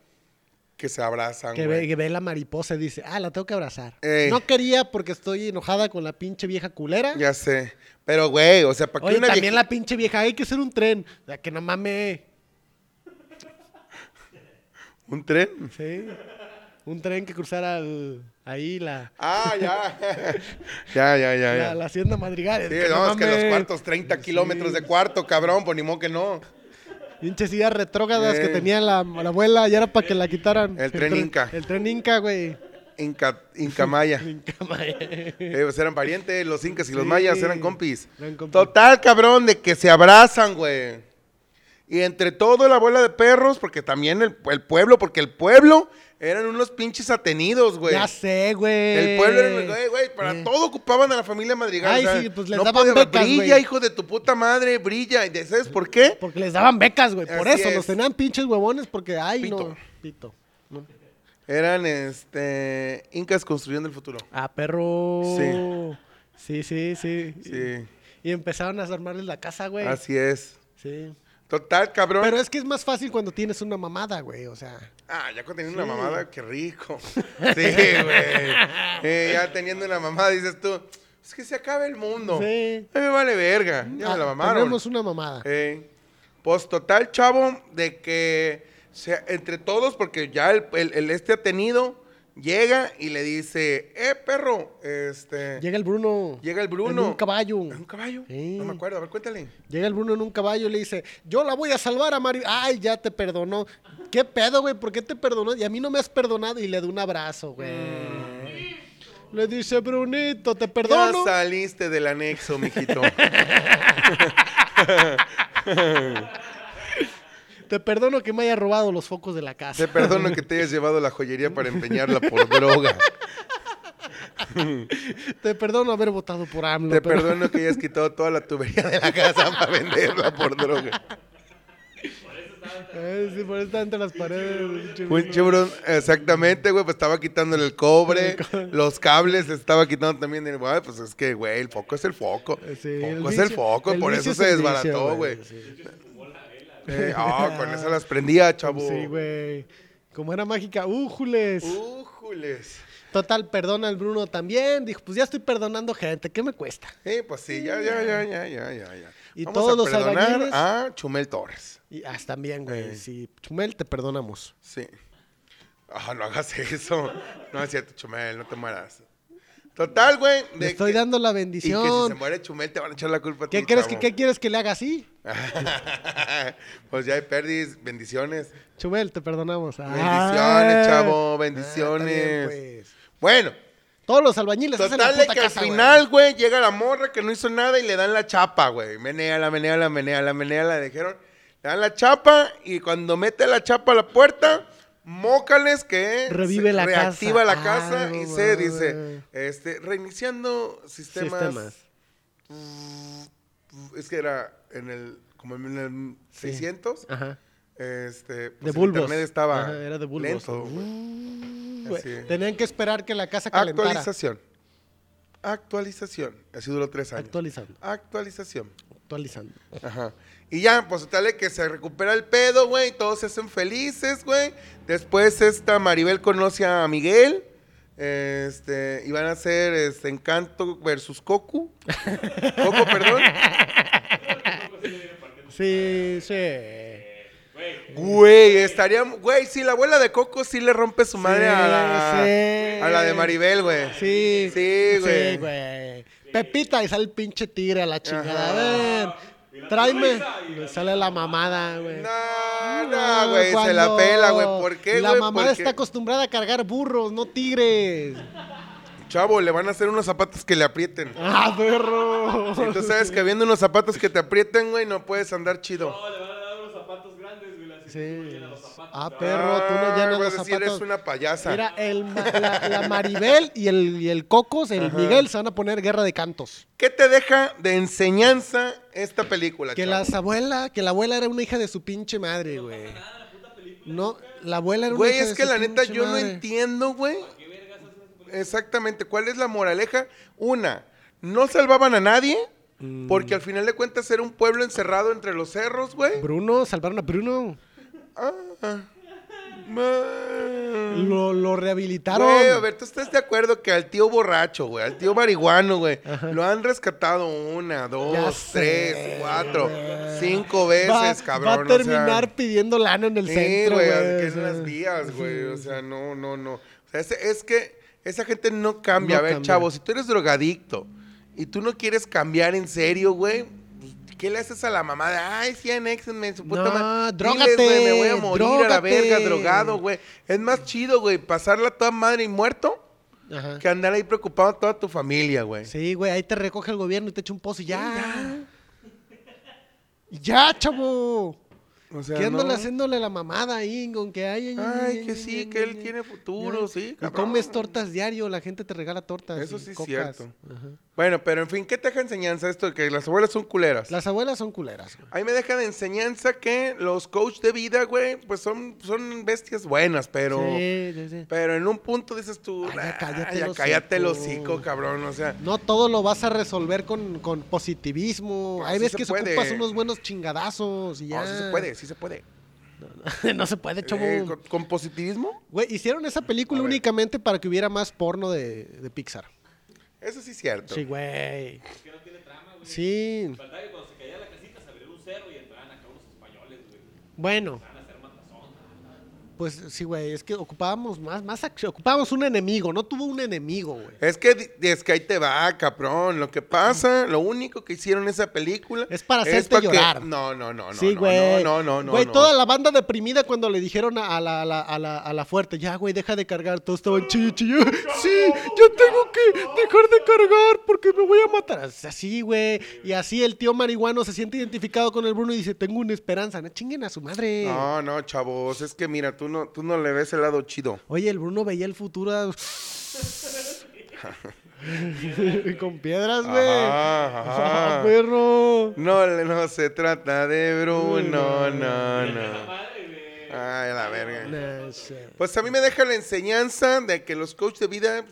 Que se abrazan, que, güey. ve, que ve la mariposa y dice, ah, la tengo que abrazar. Ey. No quería porque estoy enojada con la pinche vieja culera. Ya sé. Pero, güey, o sea, ¿para qué Oye, una también vieja... la pinche vieja, hay que ser un tren. O sea, que no mames. ¿Un tren? Sí. Un tren que cruzara al- ahí la, Ah, ya. ya, ya, ya, la, ya. la hacienda madrigal. Sí, que no, es que los mames. cuartos, 30 kilómetros de cuarto, cabrón, pues ni modo que no. Pinches ideas retrógadas que Eh. tenía la, la abuela, ya era para que la quitaran. El tren inca. El tren inca, güey. Inca, Incamaya. Inca, mae. Eh, pues eran parientes, los incas y los Sí. mayas eran compis. Eran compis. Total, cabrón, de que se abrazan, güey. Y entre todo la abuela de perros, porque también el, el pueblo, porque el pueblo eran unos pinches atenidos, güey. Ya sé, güey. El pueblo era, un- güey, güey, para Eh. todo ocupaban a la familia Madrigal. Ay, o sea, sí, pues les no daban podía- becas, brilla, güey. hijo de tu puta madre, brilla. ¿Y de- ¿Sabes por qué? Porque les daban becas, güey. Por Así eso, es. los tenían pinches huevones porque, ay, Pito. no. Pito. No. Eran, este, incas construyendo el futuro. Ah, perro. Sí. Sí, sí, Sí, Y, y empezaron a armarles la casa, güey. así es. Sí. Total, cabrón. Pero es que es más fácil cuando tienes una mamada, güey. O sea, Ah, ya cuando teniendo una mamada, qué rico. Sí, güey. Eh, ya teniendo una mamada, dices tú, es que se acaba el mundo. Sí. A mí me vale verga. Ya ah, me la mamaron. tenemos una mamada. Eh, pues total, chavo, de que se- entre todos, porque ya el, el- el este atenido llega y le dice, eh, perro, este... Llega, Llega el Bruno. el Bruno. En un caballo. ¿En un caballo? Sí. No me acuerdo, a ver, cuéntale. Llega el Bruno en un caballo y le dice, yo la voy a salvar a Mario. Ay, ya te perdonó. ¿Qué pedo, güey? ¿Por qué te perdonó? Y a mí no me has perdonado. Y le da un abrazo, güey. Le dice, Brunito, te perdono. Mm. Ya saliste del anexo, mijito. Te perdono que me haya robado los focos de la casa. Te perdono que te hayas llevado la joyería para empeñarla por droga. Te perdono haber votado por AMLO. Te pero- perdono que hayas quitado toda la tubería de la casa para venderla por droga. Eh, sí, por eso está entre las paredes. pinche Un Bruno. chibrón, exactamente, güey, pues estaba quitándole el cobre, El cobre. los cables, estaba quitando también el, güey, pues es que, güey, el foco es el foco. Eh, sí, el el foco es vicio- el foco, el por eso vicio es se el vicio, desbarató, güey. Sí, Eh, Ah, con eso las prendía, chavo. Sí, güey. Como era mágica, ¡újules! Uh. ¡Újules! Total, perdona al Bruno también. Dijo, pues ya estoy perdonando gente, ¿qué me cuesta? Sí, pues sí, ya, ya, ya, ya, ya, ya. ya. Y todos los albañiles- a Chumel Torres. Y ah, también, güey. Eh. Sí, Chumel, te perdonamos. Sí. Ah, no hagas eso. No es cierto, Chumel, no te mueras. Total, güey. Le de estoy que- dando la Y que si se bendición. muere Chumel te van a echar la culpa a ¿Qué ti, crees que chavo. qué quieres que le haga así? pues ya hay perdis, bendiciones. Chumel, te perdonamos. Bendiciones, Ah. chavo, Ah, bendiciones. está bien, pues. Bueno, Todos los albañiles hacen la total de puta que casa, al güey. final, güey, llega la morra que no hizo nada y le dan la chapa, güey. Meneala, meneala, meneala, meneala, dijeron. Le dan la chapa y cuando mete la chapa a la puerta, mócales que Revive se- la casa. reactiva la Ah, casa y no se mames. dice, este, reiniciando sistemas. Sistemas. Es que era en el, como en el Sí. 600. Ajá. Este, pues, De el bulbos. internet estaba Ajá, era de bulbos. lento, güey. Uh, güey. Así es. Tenían que esperar que la casa calentara. Actualización. Actualización. Así duró tres años. Actualizando. Actualización. Actualizando. Ajá. Y ya, pues tal de que se recupera el pedo, güey. Todos se hacen felices, güey. Después esta Maribel conoce a Miguel. Este, y van a hacer este, Encanto versus Coco. Coco, perdón. Sí, sí. Güey, estaría. Güey, sí, la abuela de Coco sí le rompe su madre a, la, sí. a la de Maribel, güey. Sí. Sí, güey. Sí, güey. Pepita y sale el pinche tigre a la chingada. A Y ver, la tráeme. sonrisa y Le sale la mamada, güey. No, Ah, no, güey, se la cuando pela, güey. ¿Por qué, güey? La mamá Porque- está acostumbrada a cargar burros, no tigres. Chavo, le van a hacer unos zapatos que le aprieten. ¡Ah, perro! Si tú sabes que viendo unos zapatos que te aprieten, güey, no puedes andar chido. No, le van a dar unos zapatos grandes, güey. Así que Sí. llena los zapatos. Ah, te van a- perro, tú no llenas Ah, los vas a decir, zapatos. eres una payasa. Mira, el ma- la, la Maribel y el, y el Cocos, el Miguel, se van a poner guerra de cantos. ¿Qué te deja de enseñanza esta película, Que chavo? las abuela, que la abuela era una hija de su pinche madre, güey. No, la abuela era una Güey, hija es de que su la neta pinche yo no madre. entiendo, güey. Exactamente, ¿cuál es la moraleja? Una, no salvaban a nadie porque Mm. al final de cuentas era un pueblo encerrado entre los cerros, güey. Bruno, salvaron a Bruno. Ah. Ma- Lo, lo rehabilitaron. Mm. Güey, a ver, ¿tú estás de acuerdo que al tío borracho, güey, al tío marihuano, güey, lo han rescatado una, Ya dos, sé, tres, cuatro, cinco veces, va, cabrón? va a o sea, terminar pidiendo lana en el sí, centro, güey. que o en sea. las vías, güey, o sea, no, no, no. O sea, es, es que esa gente no cambia. No a ver, cambia. chavo, si tú eres drogadicto y tú no quieres cambiar en serio, güey, pues, ¿qué le haces a la mamada? Ay, sí, anéxenme, su puta No, madre. Diles, drógate, güey, me voy a morir a la drógate. verga drogado, güey. Es más chido, güey, pasarla toda madre y muerto Ajá. que andar ahí preocupado a toda tu familia, güey. Sí, güey, ahí te recoge el gobierno y te echa un pozo y ya. Y ya, chavo. O sea, ¿Qué andan no. haciéndole la mamada ahí con que hay? Ay, que sí, que él tiene futuro, sí, Y cabrón. comes tortas diario, la gente te regala tortas. Eso y sí es cocas. cierto. Ajá. Bueno, pero en fin, ¿qué te deja enseñanza esto de que las abuelas son culeras? Las abuelas son culeras. güey. Ahí me deja de enseñanza que los coach de vida, güey, pues son, son bestias buenas, pero... Sí, sí, sí. Pero en un punto dices tú, Ay, ya "Ah, cállate ya el cállate el hocico". hocico, cabrón, o sea... No todo lo vas a resolver con, con positivismo. No, Hay sí veces se que se puede. ocupas unos buenos chingadazos y ya. No, oh, sí se puede, sí se puede. no se puede, chavo. Eh, ¿con, con positivismo? Güey, hicieron esa película A ver. únicamente para que hubiera más porno de, de Pixar. Eso sí es cierto. Sí, güey. Sí. Faltaba que cuando se caía la casita se abriera un cerro y entraban acá unos españoles, güey. Bueno. Van a hacer matazón. Pues sí, güey, es que ocupábamos más, más acción. Ocupábamos un enemigo, no tuvo un enemigo, güey. Es que, di- es que ahí te va, cabrón. Lo que pasa, lo único que hicieron esa película... Es para hacerte que- llorar. No, no, no, no. sí, no, güey. No, no, no. Güey, no. toda la banda deprimida cuando le dijeron a a la, a la, a la, a la fuerte, ya, güey, deja de cargar. Todos estaban chillo, chillo. Sí, yo tengo que dejar de cargar porque me voy a matar. Así, güey. Y así el tío marihuano se siente identificado con el Bruno y dice, tengo una esperanza. No chinguen a su madre. No, no, chavos, es que mira, tú no, tú no le ves el lado chido. Oye, el Bruno veía el futuro a- con piedras, güey. Ajá, Ah, ajá. perro. No, no se trata de Bruno, Mm. no, Esa no. madre, güey. Ay, la verga. No sé. Pues a mí me deja la enseñanza de que los coaches de vida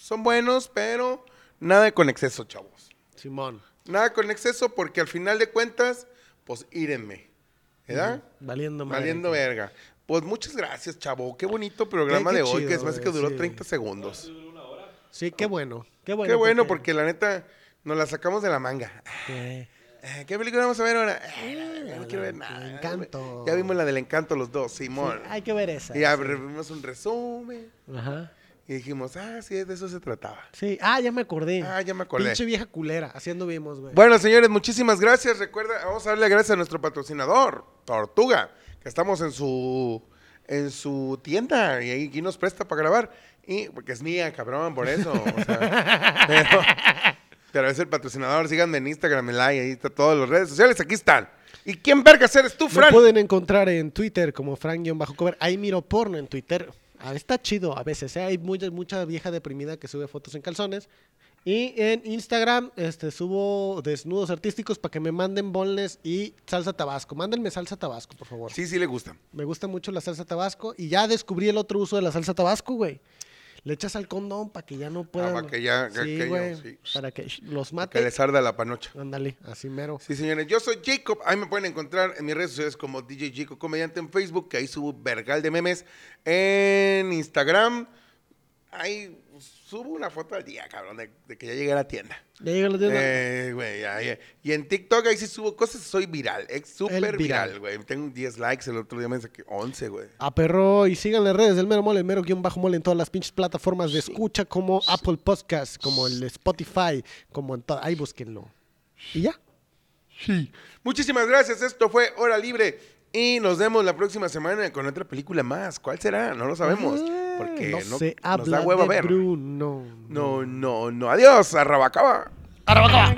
son buenos, pero nada con exceso, chavos. Simón. Nada con exceso porque al final de cuentas, pues írenme. ¿Verdad? Valiendo madre. Valiendo verga. Pues muchas gracias, chavo. Qué bonito programa Qué- qué de hoy, chido, que es más que güey, duró sí. 30 segundos. Sí, qué bueno. Qué bueno. Qué bueno, porque la neta nos la sacamos de la manga. porque- Ah, ¿Qué película vamos a ver ahora? Ah, ya no quiero ver nada. del Encanto. Ya vimos la del encanto los dos, Simón. Hay que ver esa. y ya vimos un resumen Ajá. y dijimos, ah, sí, de eso se trataba. Sí. Ah, ya me acordé. Ah, ya me acordé. Pinche vieja culera. Haciendo vimos, güey. Bueno, señores, muchísimas gracias. Recuerda, vamos a darle gracias a nuestro patrocinador, Tortuga, que estamos en su en su tienda y ahí aquí nos presta para grabar. Y porque es mía, cabrón, por eso. o sea, pero, pero es el patrocinador, síganme en Instagram, en like, ahí está todas las redes sociales, aquí están. ¿Y quién vergas eres tú, Me Fran? pueden encontrar en Twitter como Frank-Cover. Ahí miro porno en Twitter. Ah, está chido a veces. ¿eh? Hay mucha, mucha vieja deprimida que sube fotos en calzones. Y en Instagram este, subo desnudos artísticos para que me manden bonles y salsa tabasco. Mándenme salsa tabasco, por favor. Sí, sí le gusta. Me gusta mucho la salsa tabasco. Y ya descubrí el otro uso de la salsa tabasco, güey. Le echas al condón para que ya no puedan... para Ah, que ya- que Sí, aquello, güey, sí. Para que sh- los Que mate. les arda la panocha. Ándale, así mero. Sí, señores, yo soy Jacob. Ahí me pueden encontrar en mis redes sociales como DJ Jacob Comediante en Facebook, que ahí subo vergal de memes. En Instagram, ahí subo una foto al día, cabrón, de, de que ya llegué a la tienda. Ya llega la tienda. Eh, güey, ya, ya. Y en TikTok ahí sí subo cosas, soy viral, es súper El viral. viral, güey. Tengo 10 likes, el otro día me saqué 11, güey. A perro y sigan las redes del mero mole, el mero guión bajo mole en todas las pinches plataformas de escucha como Apple Podcast, como el Spotify, como en todo. Ahí búsquenlo. Y ya. Muchísimas gracias, esto fue Hora Libre. Y nos vemos la próxima semana con otra película más. ¿Cuál será? No lo sabemos. Porque Ah, no, no, se nos habla da hueva de ver. Bruno. No, no, no. Adiós, arrabacaba. Arrabacaba.